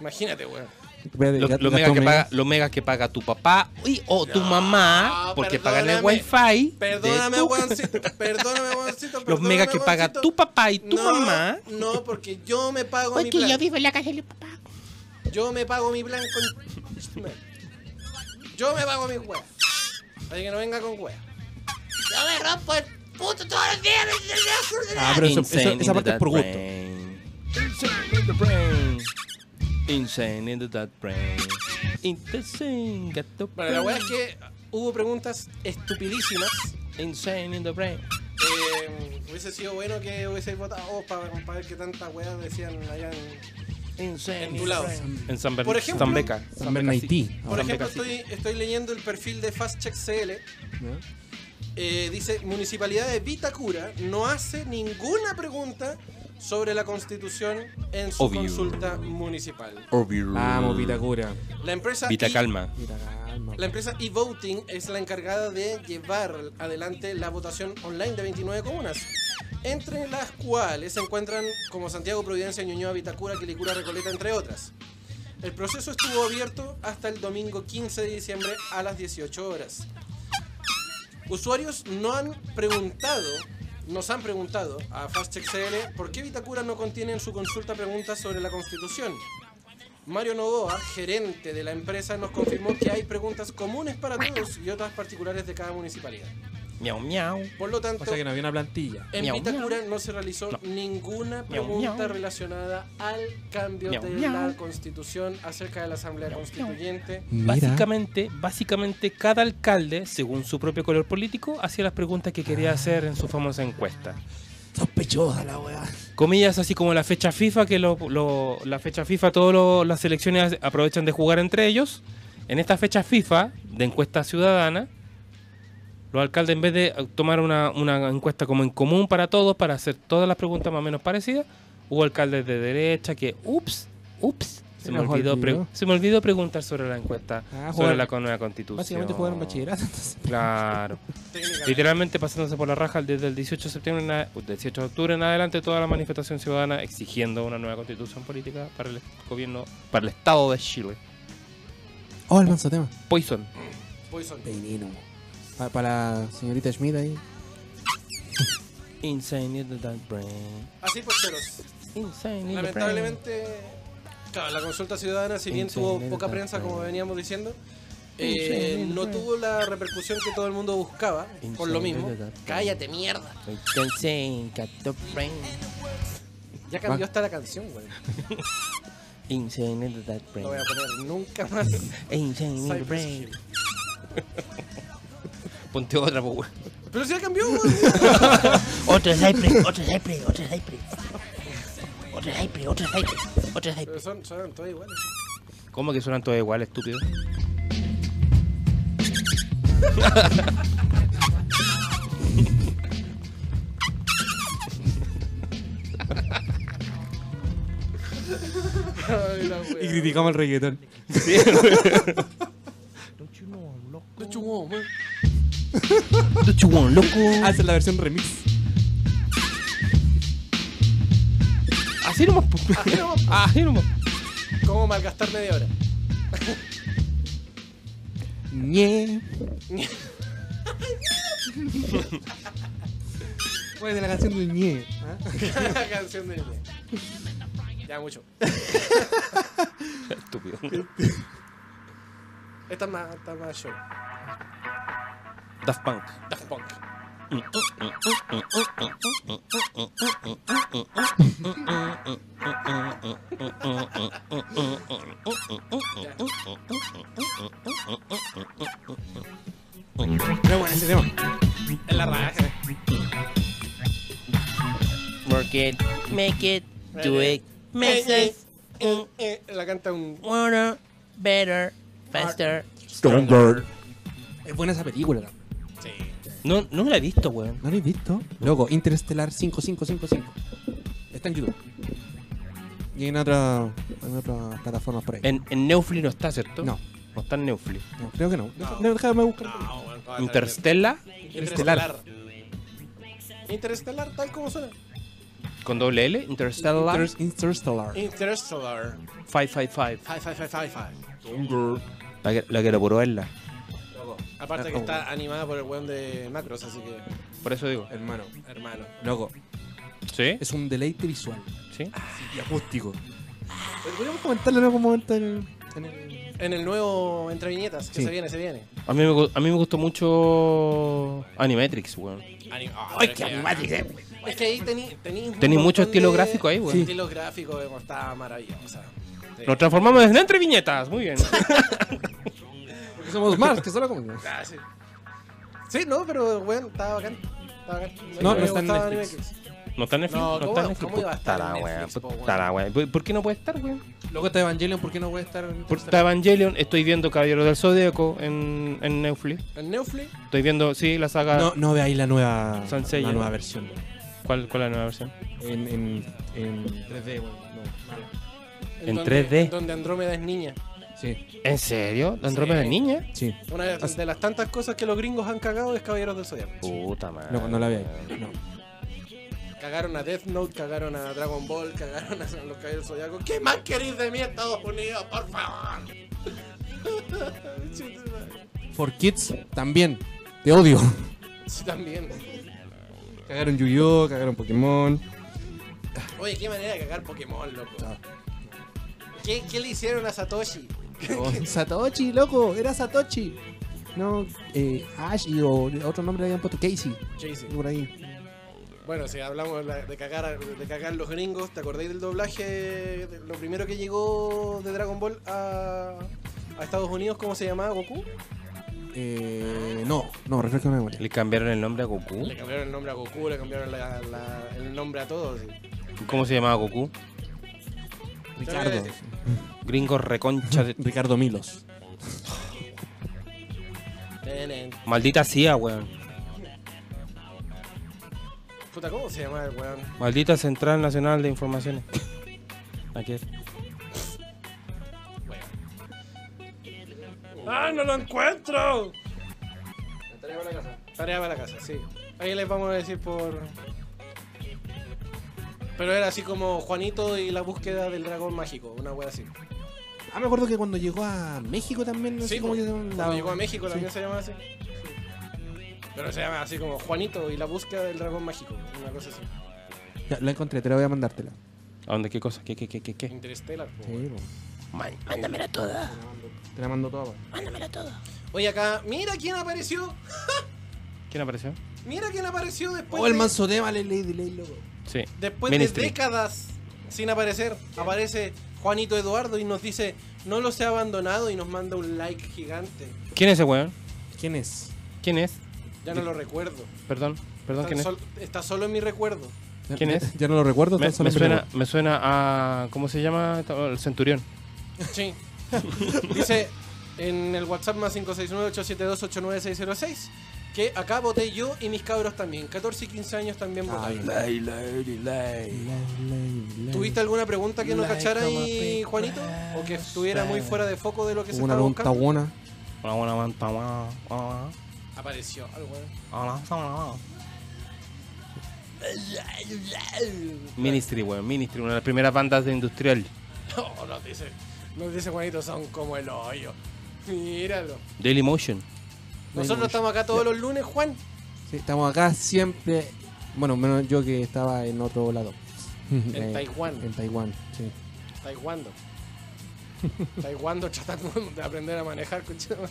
A: Imagínate, weón.
B: Espérate,
C: Lo-
B: gat-
C: lo mega
B: gastó
C: que
B: megas.
C: paga, lo mega que paga tu papá y- o tu mamá porque pagan el
A: perdóname.
C: wifi. de
A: Perdóname,
C: tu-
A: weoncito. Perdóname, weoncito.
C: Los mega que paga tu papá y tu
A: no,
C: mamá.
A: No, porque yo me pago mi plan. Yo,
F: vivo en la casa de papá.
A: me pago mi plan con. Yo me pago mi wea. Así que no venga con wea.
F: Yo me rompo el puto todos los días.
B: Ah, pero eso- eso- esa parte es por gusto.
C: Insane in the brain. Insane in the that brain. Insane got the
A: Bueno, la wea
C: brain.
A: es que hubo preguntas estupidísimas.
C: Insane in the brain.
A: Eh, hubiese sido bueno que hubiese votado vos para, para ver qué tantas weas decían allá en.
C: Insane
A: En
C: in
A: tu
C: the
A: lado.
C: brain. En San
A: Por
C: Bernardo.
A: ejemplo-
C: San Beca.
B: San Bernardí.
C: City.
A: Por
C: San
A: ejemplo,
C: Beca City.
A: estoy, estoy leyendo el perfil de FastCheck CL.
B: Ya.
A: Eh, dice, Municipalidad de Vitacura no hace ninguna pregunta sobre la constitución en su
C: Obvio.
A: consulta municipal.
B: Vamos, Vitacura.
A: La empresa,
C: Vita
A: e-
C: calma.
B: Mira, calma.
A: la empresa eVoting es la encargada de llevar adelante la votación online de 29 comunas. Entre las cuales se encuentran como Santiago, Providencia, Ñuñoa, Vitacura, Quilicura, Recoleta, entre otras. El proceso estuvo abierto hasta el domingo 15 de diciembre a las 18 horas. Usuarios no han preguntado, nos han preguntado a FastCheckCL por qué Vitacura no contiene en su consulta preguntas sobre la Constitución. Mario Novoa, gerente de la empresa, nos confirmó que hay preguntas comunes para todos y otras particulares de cada municipalidad.
C: Miau, miau.
A: Por lo tanto,
B: O sea que no había una plantilla.
A: en
C: Miau,
A: Vitacura no se realizó
C: No.
A: ninguna
C: Miau,
A: pregunta
C: miau.
A: relacionada al cambio
C: Miau,
A: de la
C: miau.
A: Constitución acerca de la Asamblea
C: Miau, miau.
A: Constituyente.
C: Básicamente, básicamente cada alcalde, según su propio color político, hacía las preguntas que quería hacer en su famosa encuesta.
B: sospechosa la weá.
C: Comillas así como la fecha FIFA, que lo- lo- la fecha FIFA todas las selecciones aprovechan de jugar entre ellos. En esta fecha FIFA de encuesta ciudadana, los alcaldes en vez de eh, tomar una, una encuesta como en común para todos, para hacer todas las preguntas más o menos parecidas, hubo alcaldes de derecha que, ups, ups, se,
B: Se
C: me
B: nos
C: olvidó, pre-
B: olvidó.
C: se me olvidó preguntar sobre la encuesta,
B: Ah,
C: sobre
B: jugar-
C: la con- nueva constitución.
B: Básicamente jugaron bachillerato. entonces.
C: Claro. Literalmente pasándose por la raja desde el 18 de septiembre, en a- del 18 de octubre en adelante, toda la manifestación ciudadana exigiendo una nueva constitución política para el gobierno, para el Estado de Chile.
B: Oh, el manso tema.
C: Poison.
A: Poison.
B: Veneno. Pa- Para la señorita Schmidt ahí.
C: Insane in the dark brain.
A: Así pues, ceros.
C: Insane in the brain.
A: Lamentablemente, claro, la consulta ciudadana, si bien tuvo poca prensa, como veníamos diciendo, eh, no tuvo la repercusión que todo el mundo buscaba, por lo mismo. Cállate, mierda.
C: Insane got the brain.
A: Ya cambió hasta la canción, güey.
C: Insane in the dark brain.
A: No voy a poner nunca más.
C: Insane in the
A: Cypress
C: brain.
A: Hill.
C: Ponte otra, po, weón.
A: Pero si ya cambió, güey.
F: Otra Cypress, otra Cypress, otra Cypress. Otra Cypress, otra Cypress, otra Cypress.
A: Pero son, son todas iguales.
C: ¿Cómo que suenan todos igual, estúpido?
A: Ay, la wea.
B: criticamos el reggaetón.
A: De hecho, wow, güey.
B: Hacen Ah, la versión remix.
C: Así nomás, po.
A: Así nomás, po.
C: Así nomás.
A: ¿Cómo malgastar media hora?
B: Ñe. Pues de la canción del Ñe. ¿ah?
A: la canción de niña. Ya mucho.
C: Estúpido.
A: Esta es más, esta es más show.
C: Daft Punk.
A: Daft Punk.
B: Pero bueno, ese tema.
A: En la raja.
C: Work it, make it,
A: do it.
C: Makes sense.
A: Eh, eh, La canta un.
C: Oh, Wanna better, faster.
B: Stronger. Es buena esa película. la-
C: No, no la he visto, weón.
B: ¿No la habéis visto? Loco, Interestelar 5555. Está en YouTube. Y en otra, en otras plataformas por ahí.
C: En, en Neufli no está, ¿cierto?
B: No,
C: No está en Neufli.
B: no, creo que no. Deja- No, déjame buscar.
A: Ah,
C: Interstella
A: Interestelar. Interestelar, tal como suena.
C: con doble L. Interstella
B: Inter- Interstellar.
A: Interestelar.
C: 555.
A: Five, five, five, five, five.
C: La que, la que lo puro es la.
A: Aparte que está animada por el weón de Macros, así que,
C: Por eso digo.
B: Hermano,
A: hermano.
B: loco,
C: ¿Sí?
B: es un deleite visual
C: ¿Sí?
B: y acústico. Podríamos comentarlo en algún momento en el. en el-
A: En el nuevo Entre Viñetas, que
B: Sí.
A: se viene, se viene.
C: A mí, me, gu- a mí me gustó mucho Animatrix, weón.
A: ¡Ay, qué Es que ahí tení, tení, un
C: Tenís mucho
A: montón
C: estilo
A: de-
C: gráfico ahí, weón.
A: Sí. Estilo gráfico, weón, está maravilloso. Sí.
C: Nos transformamos en entre viñetas, muy bien.
B: Porque somos más que solo como.
A: Ah, sí. Sí, no, pero weón, estaba bacán. Estaba bacán.
B: No,
A: Me
B: no está en
A: gustaba
B: Netflix.
A: Animatrix.
C: ¿No está en Netflix?
A: No,
C: No,
A: ¿cómo-
C: está en Netflix.
A: cómo iba a estar
C: Puta
A: en
C: la wea,
A: Netflix, po,
C: puta
A: weón?
C: la wea. ¿Por por qué no puede estar, weón?
B: Loco está Evangelion, ¿por qué no puede estar?
C: Por está Evangelion, estoy viendo Caballero del Zodíaco en, en Netflix.
A: En Netflix.
C: Estoy viendo, sí, la saga.
B: No, no veáis la nueva,
C: Saint Seiya.
B: la nueva versión.
C: ¿Cuál, ¿Cuál es la nueva versión?
B: En, en, en 3D, bueno, no, mala.
C: En
A: donde-
C: 3D.
A: Donde Andrómeda es niña.
B: Sí,
C: ¿En serio? ¿Andrómeda
A: Sí.
C: niña?
B: sí.
A: Una de, de las tantas cosas que los gringos han cagado es Caballeros del Zodiaco.
C: Puta madre.
B: No, no la veáis. No.
A: Cagaron a Death Note, cagaron a Dragon Ball, cagaron a los Caballeros del Zodiaco. ¿Qué más queréis de mí, Estados Unidos? Por favor. Chuta madre.
B: For Kids también. Te odio.
A: sí, también.
B: Cagaron Yu-Gi-Oh, cagaron Pokémon.
A: Oye, qué manera de cagar Pokémon, loco.
B: Ah.
A: ¿Qué, qué le hicieron a Satoshi?
B: Satoshi, loco, era Satoshi. No, eh, Ash y o, otro nombre le habían puesto Casey.
A: Jay-Z.
B: Por ahí.
A: Bueno, si hablamos de la- de cagar, a- de cagar los gringos, ¿te acordáis del doblaje? de lo primero que llegó de Dragon Ball a, a Estados Unidos, ¿cómo se llamaba Goku?
B: Eh, no, no, refresca la memoria.
C: ¿Le cambiaron el nombre a Goku?
A: Le cambiaron el nombre a Goku, le cambiaron la- la- el nombre a todos.
C: ¿Cómo se llamaba Goku?
B: Ricardo.
C: Gringos reconcha de...
B: Ricardo Milos.
A: Tenen.
C: Maldita CIA, weón.
A: Puta, ¿cómo se llamaba el weón?
C: Maldita Central Nacional de Informaciones. Aquí.
A: ¡Ah, no lo encuentro! Tarea para la casa. Tarea para la casa, sí. Ahí les vamos a decir por. Pero era así como Juanito y la búsqueda del dragón mágico, una wea así.
B: Ah, me acuerdo que cuando llegó a México también, no
A: Sí,
B: sé cómo
A: po.
B: que se
A: Cuando
B: la-
A: llegó a México
B: sí.
A: también se llamaba así. Pero se llama así como Juanito y la búsqueda del dragón mágico, una cosa así.
B: Ya, la encontré, te la voy a mandártela.
C: ¿A dónde? ¿Qué cosa? ¿Qué, qué, qué, qué? qué?
A: Interstellar. po.
B: Sí, po.
J: Mándamela toda,
B: Te la mando toda. po.
J: mándamela toda.
A: Oye, acá, mira quién apareció.
C: ¿Quién apareció?
A: Mira quién apareció después.
B: Oh, el
A: de-
B: manso tema, le leí, leí, loco.
C: Sí.
A: Después
C: Ministry.
A: de décadas sin aparecer, aparece Juanito Eduardo y nos dice, no los he abandonado y nos manda un like gigante.
C: ¿Quién es ese weón?
B: ¿Quién es?
C: ¿Quién es?
A: Ya no lo recuerdo.
C: Perdón, perdón,
A: Tan
C: ¿quién es?
A: sol- está solo en mi recuerdo.
C: ¿Quién
B: Ya-
C: es?
B: Ya no lo recuerdo,
C: Me,
B: tan solo
C: me
B: me
C: suena,
B: recuerdo.
C: me suena a... ¿Cómo se llama? esta- El centurión.
A: Sí. dice en el WhatsApp más 569-872-89606 que acá voté yo y mis cabros también. 14 y 15 años también votaron. ¿Tuviste alguna pregunta que no
B: Like
A: cachara
B: I'm a
A: ahí,
B: big
A: Juanito? ¿O que estuviera muy fuera de foco de lo que se
B: Hubo una
A: estaba
B: pregunta
A: buscando?
B: buena.
C: Hola, hola, manta, hola, hola,
A: Apareció algo. ¿eh?
C: hola, hola. Ministry, weón, Ministry, una de las primeras bandas de industrial.
A: No, nos dice, nos dice Juanito, son como el hoyo. Míralo.
C: Daily Motion.
A: Nosotros estamos acá todos los lunes, Juan.
B: Sí, estamos acá siempre. Bueno, menos yo que estaba en otro lado. Eh,
A: En Taiwán.
B: En Taiwán, sí.
A: Taekwondo. Taekwondo tratando de aprender a manejar, concha.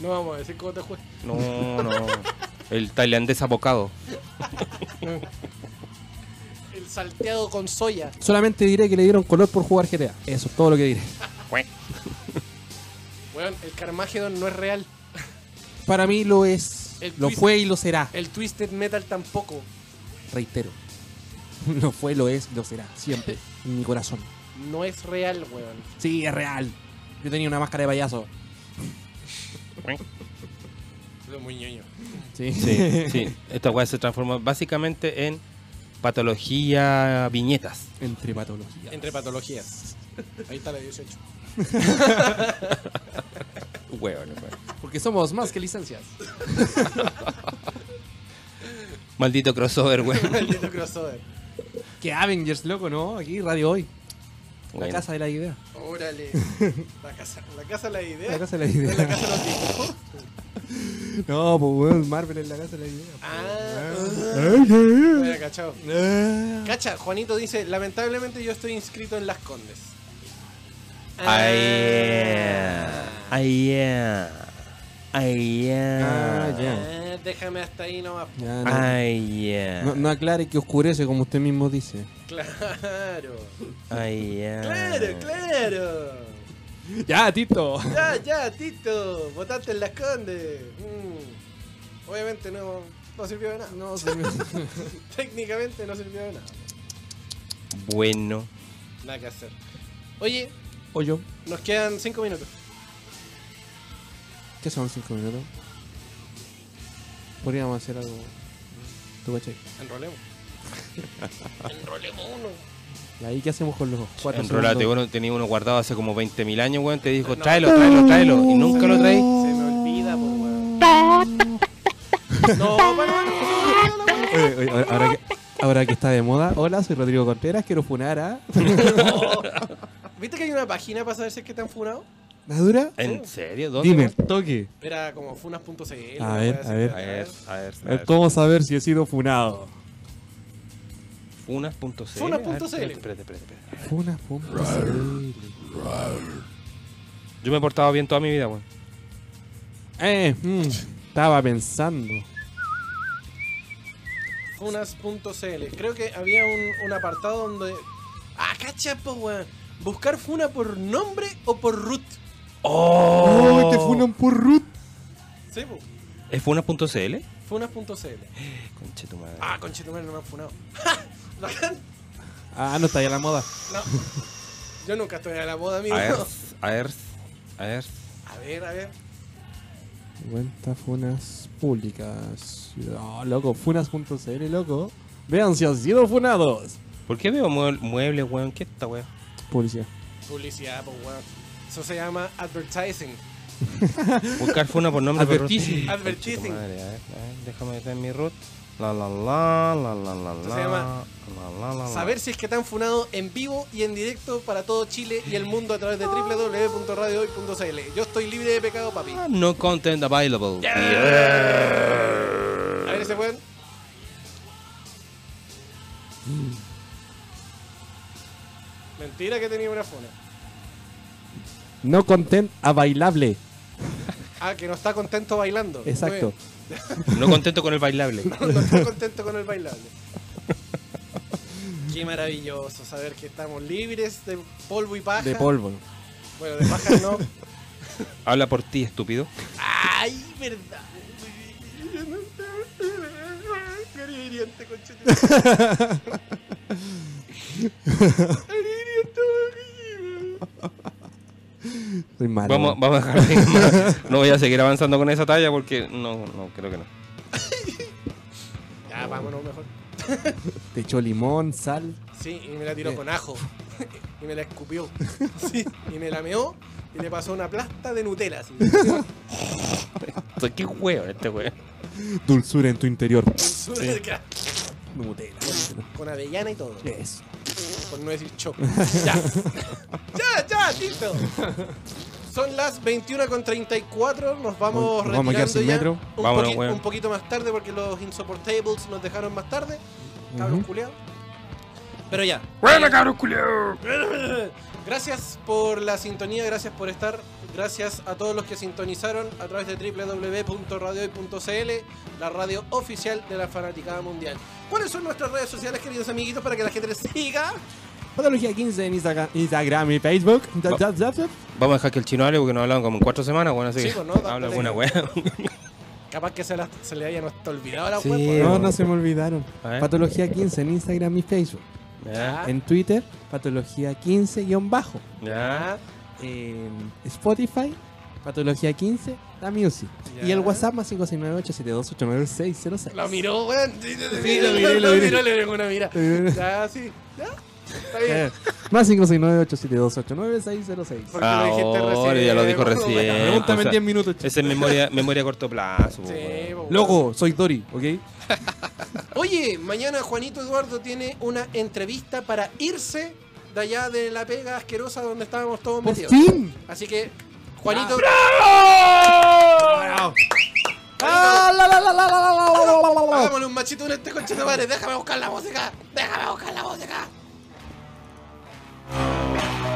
A: No vamos a decir cómo te juegas.
C: No, no. El tailandés abocado.
A: El salteado con soya.
B: Solamente diré que le dieron color por jugar GTA. Eso es todo lo que diré.
A: Weón, el Carmageddon no es real.
B: Para mí lo es.
A: El
B: Lo
A: twist.
B: fue y lo será.
A: El Twisted Metal tampoco.
B: Reitero. Lo fue, lo es y lo será. Siempre. En mi corazón.
A: No es real, weón.
B: Sí, es real. Yo tenía una máscara de payaso.
A: Es muy ñoño.
B: Sí.
C: Sí, sí. Esta weá se transformó básicamente en patología viñetas.
B: Entre patologías.
A: Entre patologías. Ahí está la 18.
C: Weón, weón.
B: Porque somos más que licencias.
C: Maldito crossover, weón.
A: Maldito crossover.
B: Que Avengers, loco, ¿no? Aquí, Radio Hoy. La
C: Bueno.
B: casa de la idea.
A: Órale. La casa, la casa de la idea.
B: La casa de la
A: Es la
B: idea.
A: casa de los dibujos.
B: No, pues weón, Marvel es la casa de la idea.
A: Ah,
B: Ah.
A: no había cachado. Cacha, Juanito dice, lamentablemente yo estoy inscrito en Las Condes.
C: Ah, yeah. Ah, yeah.
B: Ah, ya.
A: Ah, déjame hasta ahí nomás.
B: Ya, no,
C: Ah, yeah.
B: No- no aclare que oscurece, como usted mismo dice.
A: Claro.
C: Ah, yeah.
A: Claro, claro.
B: Ya, Tito.
A: Ya, ya, Tito. Votaste en Las Condes. Mm. Obviamente no, no sirvió de nada.
B: No, señor.
A: Técnicamente no sirvió de nada.
C: Bueno.
A: Nada que hacer. Oye,
B: o yo.
A: nos quedan 5 minutos.
B: ¿Qué son cinco minutos? Podríamos hacer algo. ¿Tú cachai?
A: Enrolemos. Enrolemos uno.
B: ¿Y ahí qué hacemos con los cuatro
C: Enrolate,
B: segundos?
C: bueno, tenía uno guardado hace como 20.000 años, weón. Te dijo,
A: No.
C: tráelo, tráelo, tráelo. Y nunca lo traí.
A: Se me olvida, po, weón. No, bueno, bueno.
B: Oye, oye, ahora, ahora que, ahora que está de moda. Hola, soy Rodrigo Contreras. Quiero funar a.
A: ¿Viste que hay una página para saber si es que te han funado?
B: ¿La dura?
C: ¿En serio? ¿Dónde?
B: Dime,
C: weón?
B: toque.
A: Era como funas.cl.
B: A
A: una
B: ver,
A: wea así,
B: a ver.
C: A ver, a ver, a ver.
B: ¿Cómo saber si he sido funado?
C: Funas.cl.
A: Funas punto
C: A ver,
A: cl.
C: Espérate, espérate, espérate.
B: Funa.cl
C: Yo me he portado bien toda mi vida, weón.
B: Eh, mm, estaba pensando.
A: Funas.cl. Creo que había un, un apartado donde. ¡Ah, cacha, po, weón! Buscar Funa por nombre o por root.
B: ¡Oh! te funan por root!
A: Sí, po.
C: ¿Es funas.cl?
A: Funas.cl.
C: Conche tu madre.
A: Ah, conchetumare, no me han funado. Bacán.
B: Ah, no está ya la moda.
A: no. Yo nunca estoy a la moda, amigo.
C: A ver, a ver, a ver.
A: A ver, a ver.
B: Cuenta Funas Públicas. Ah, loco, funas.cl, loco. Vean si han sido funados.
C: ¿Por qué veo mue- muebles, weón? ¿Qué es esta, weón?
B: Publicidad.
A: Publicidad, po, weón. Eso se llama advertising.
C: Buscar funa por nombre
A: Advertising.
C: por root.
A: Advertising.
C: Conche tu madre, a ver, a ver, déjame meter mi root. La la la la la la
A: Esto
C: la.
A: se llama
C: la, la, la, la.
A: Saber si es que están funado en vivo y en directo para todo Chile y el mundo a través de www.radiohoy.cl. Yo estoy libre de pecado, papi.
C: Ah, No content available.
A: A ver ese weón. Mentira que tenía una funa.
B: No content a bailable.
A: Ah, que no está contento bailando. Muy
B: Exacto.
A: bien.
C: No contento con el bailable.
A: No está contento con el bailable. Qué maravilloso saber que estamos libres de polvo y paja.
B: De polvo.
A: Bueno, de paja no.
C: Habla por ti, estúpido.
A: Ay, verdad. Eres hiriente, conchete.
B: Soy malo.
C: Vamos, vamos a dejar. No voy a seguir avanzando con esa talla porque no, no, creo que no.
A: Ya, vámonos mejor.
B: Te echó limón, sal.
A: Sí, y me la tiró con ajo. Y me la escupió. Sí, y me la meó y le pasó una plasta de Nutella. así.
C: Esto- ¿Qué huevo este weón?
B: Dulzura en tu interior.
A: Nutella. Con avellana y todo.
B: Eso.
A: Por no decir choco. Ya. ya, ya, listo. Son las 21 con 34. Nos vamos
B: Nos vamos a quedar
A: retirando
B: sin
A: ya.
B: metro.
A: Un,
C: Vámonos,
A: poqui-
C: weón.
A: un poquito más tarde porque los Insoportables nos dejaron más tarde. Cabros
B: Ujú.
A: culiados. Pero ya.
K: ¡Buena, cabrón culiao!
A: Gracias por la sintonía, gracias por estar, gracias a todos los que sintonizaron a través de www.radiohoy.cl, la radio oficial de la Fanaticada Mundial. ¿Cuáles son nuestras redes sociales, queridos amiguitos, para que la gente les siga?
B: Patología 15 en Instagram, Instagram y Facebook. Zap,
C: Va-
B: zap, zap, zap.
C: Vamos a dejar que el chino hable porque no hablaban como en cuatro semanas, bueno, así
A: Sí,
C: que
A: pues, no, da-
C: habla
A: dale.
C: alguna weá.
A: Capaz que se, la- se le haya hasta olvidado la
C: Sí,
A: web, weón.
B: No, no se me olvidaron.
C: A ver.
B: Patología 15 en Instagram y Facebook.
C: Ya,
B: En Twitter, patología 15-bajo.
C: ya.
A: Ah.
B: En Spotify, patología 15, la music.
A: Ya.
B: Y el WhatsApp más 569-872-89606.
A: Lo miró, weón.
B: Sí, lo miré, lo miré.
A: miró, le dejó una mirada. Ya, sí. Ya. Está bien.
B: Eh, Más 569-872-89606.
A: Porque lo dijiste
C: Ah, Ahora ya lo dijo
A: weón.
C: recién.
B: Pregúntame en
C: cosa.
B: 10 minutos, chico.
C: Esa es memoria, memoria a corto plazo.
A: Sí,
C: Oh, weón.
A: weón.
B: Loco, soy Dori, ¿ok?
A: Oye, mañana Juanito Eduardo tiene una entrevista para irse de allá de la pega asquerosa donde estábamos todos
B: ¡Por
A: metidos.
B: fin!
A: Así que, Juanito,
B: ¡Ah, la, la, la, la, la, la, la, la, la!
A: hagámosle un machito en este coche de madre. Déjame buscar la música. Déjame buscar la música.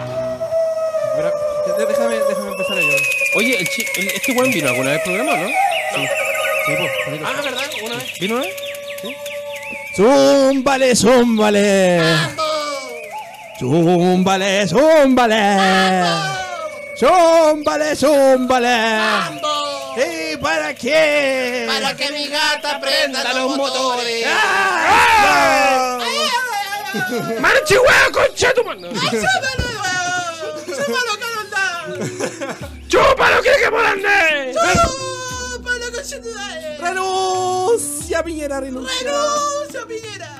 B: Pero, de- de- déjame, déjame empezar a llorar.
C: Oye, el chi- el- este weón vino alguna vez al programa, ¿no?
A: Ah, ¿verdad? Una vez.
C: ¿Vino una vez?
B: ¡Zúmbale, zúmbale! ¡Zúmbale, zúmbale! ¡Zúmbale, zúmbale! ¿Y para qué?
A: Para que mi gata prenda los motores. ¡Ah!
B: ¡Ah!
K: ¡Marche, weón, concha tu mano!
A: ¡Chúpalo, chúpalo, Carol Dance!
K: ¡Chúpalo, que que morande!
A: ¡Chúpalo, coche de madre!
B: ¡Renuncia, Piñera, renuncia!
A: ¡Renuncia, Piñera!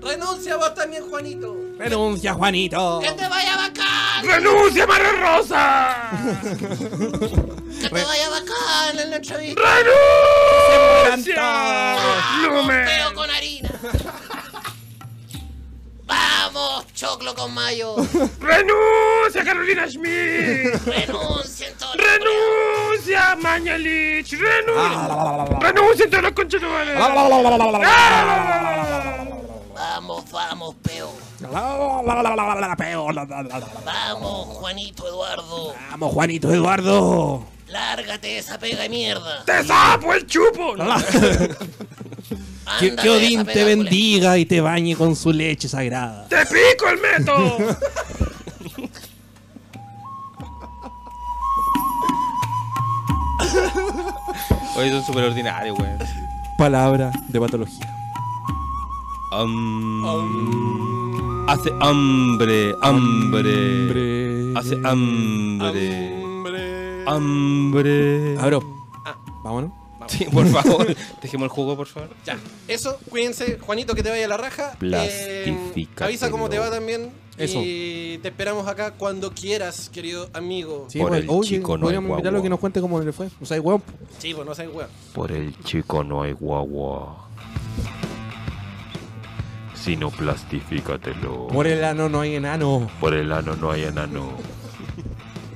A: ¡Renuncia vos también, Juanito!
B: ¡Renuncia, Juanito!
A: ¡Que te vaya bacán!
K: ¡Renuncia, María Rosa!
A: ¡Que te vaya bacán en la entrevista!
K: ¡Renuncia! ¡Lumen!
A: ¡Teo con harina! ¡Vamos, choclo con mayo!
K: ¡Renuncia, Carolina Schmidt!
A: ¡Renuncia entonces!
K: ¡Renuncia, Mañalich! ¡Renuncia! ¡Renuncia,
C: ¡Ah!
K: todos los conchetumales!
A: ¡Vamos, vamos, peo!
I: Vamos, Juanito Eduardo.
B: Vamos, Juanito Eduardo.
I: Lárgate esa pega de mierda.
G: ¡Te sapo el chupo!
B: Que,
I: Ándate
B: que Odín
I: esa
B: te
I: pega,
B: bendiga y te bañe con su leche sagrada.
G: ¡Te pico el meto!
C: Oye, son súper ordinarios, weón.
B: Palabra de patología.
C: Am. Hace hambre, hambre. Hace hambre.
A: Hombre.
C: Hambre.
B: Abro. Vámonos.
C: Sí, por favor. Dejemos el jugo, por favor.
A: Ya, eso, cuídense. Juanito, que te vaya la raja. Eh,
C: Plastifícatelo.
A: avisa cómo te va también.
B: Eso.
A: Y te esperamos acá cuando quieras, querido amigo.
B: Sí,
C: Por
B: pues,
C: el
B: oye,
C: chico no
B: podríamos
C: hay
B: invitarlo
C: guagua.
B: que nos cuente cómo le fue. O sea, weón.
A: Chivo, pues, no seas weón.
L: Por el chico no hay guagua. Sino plastifícatelo.
B: Por el ano no hay enano.
L: Por el ano no hay enano.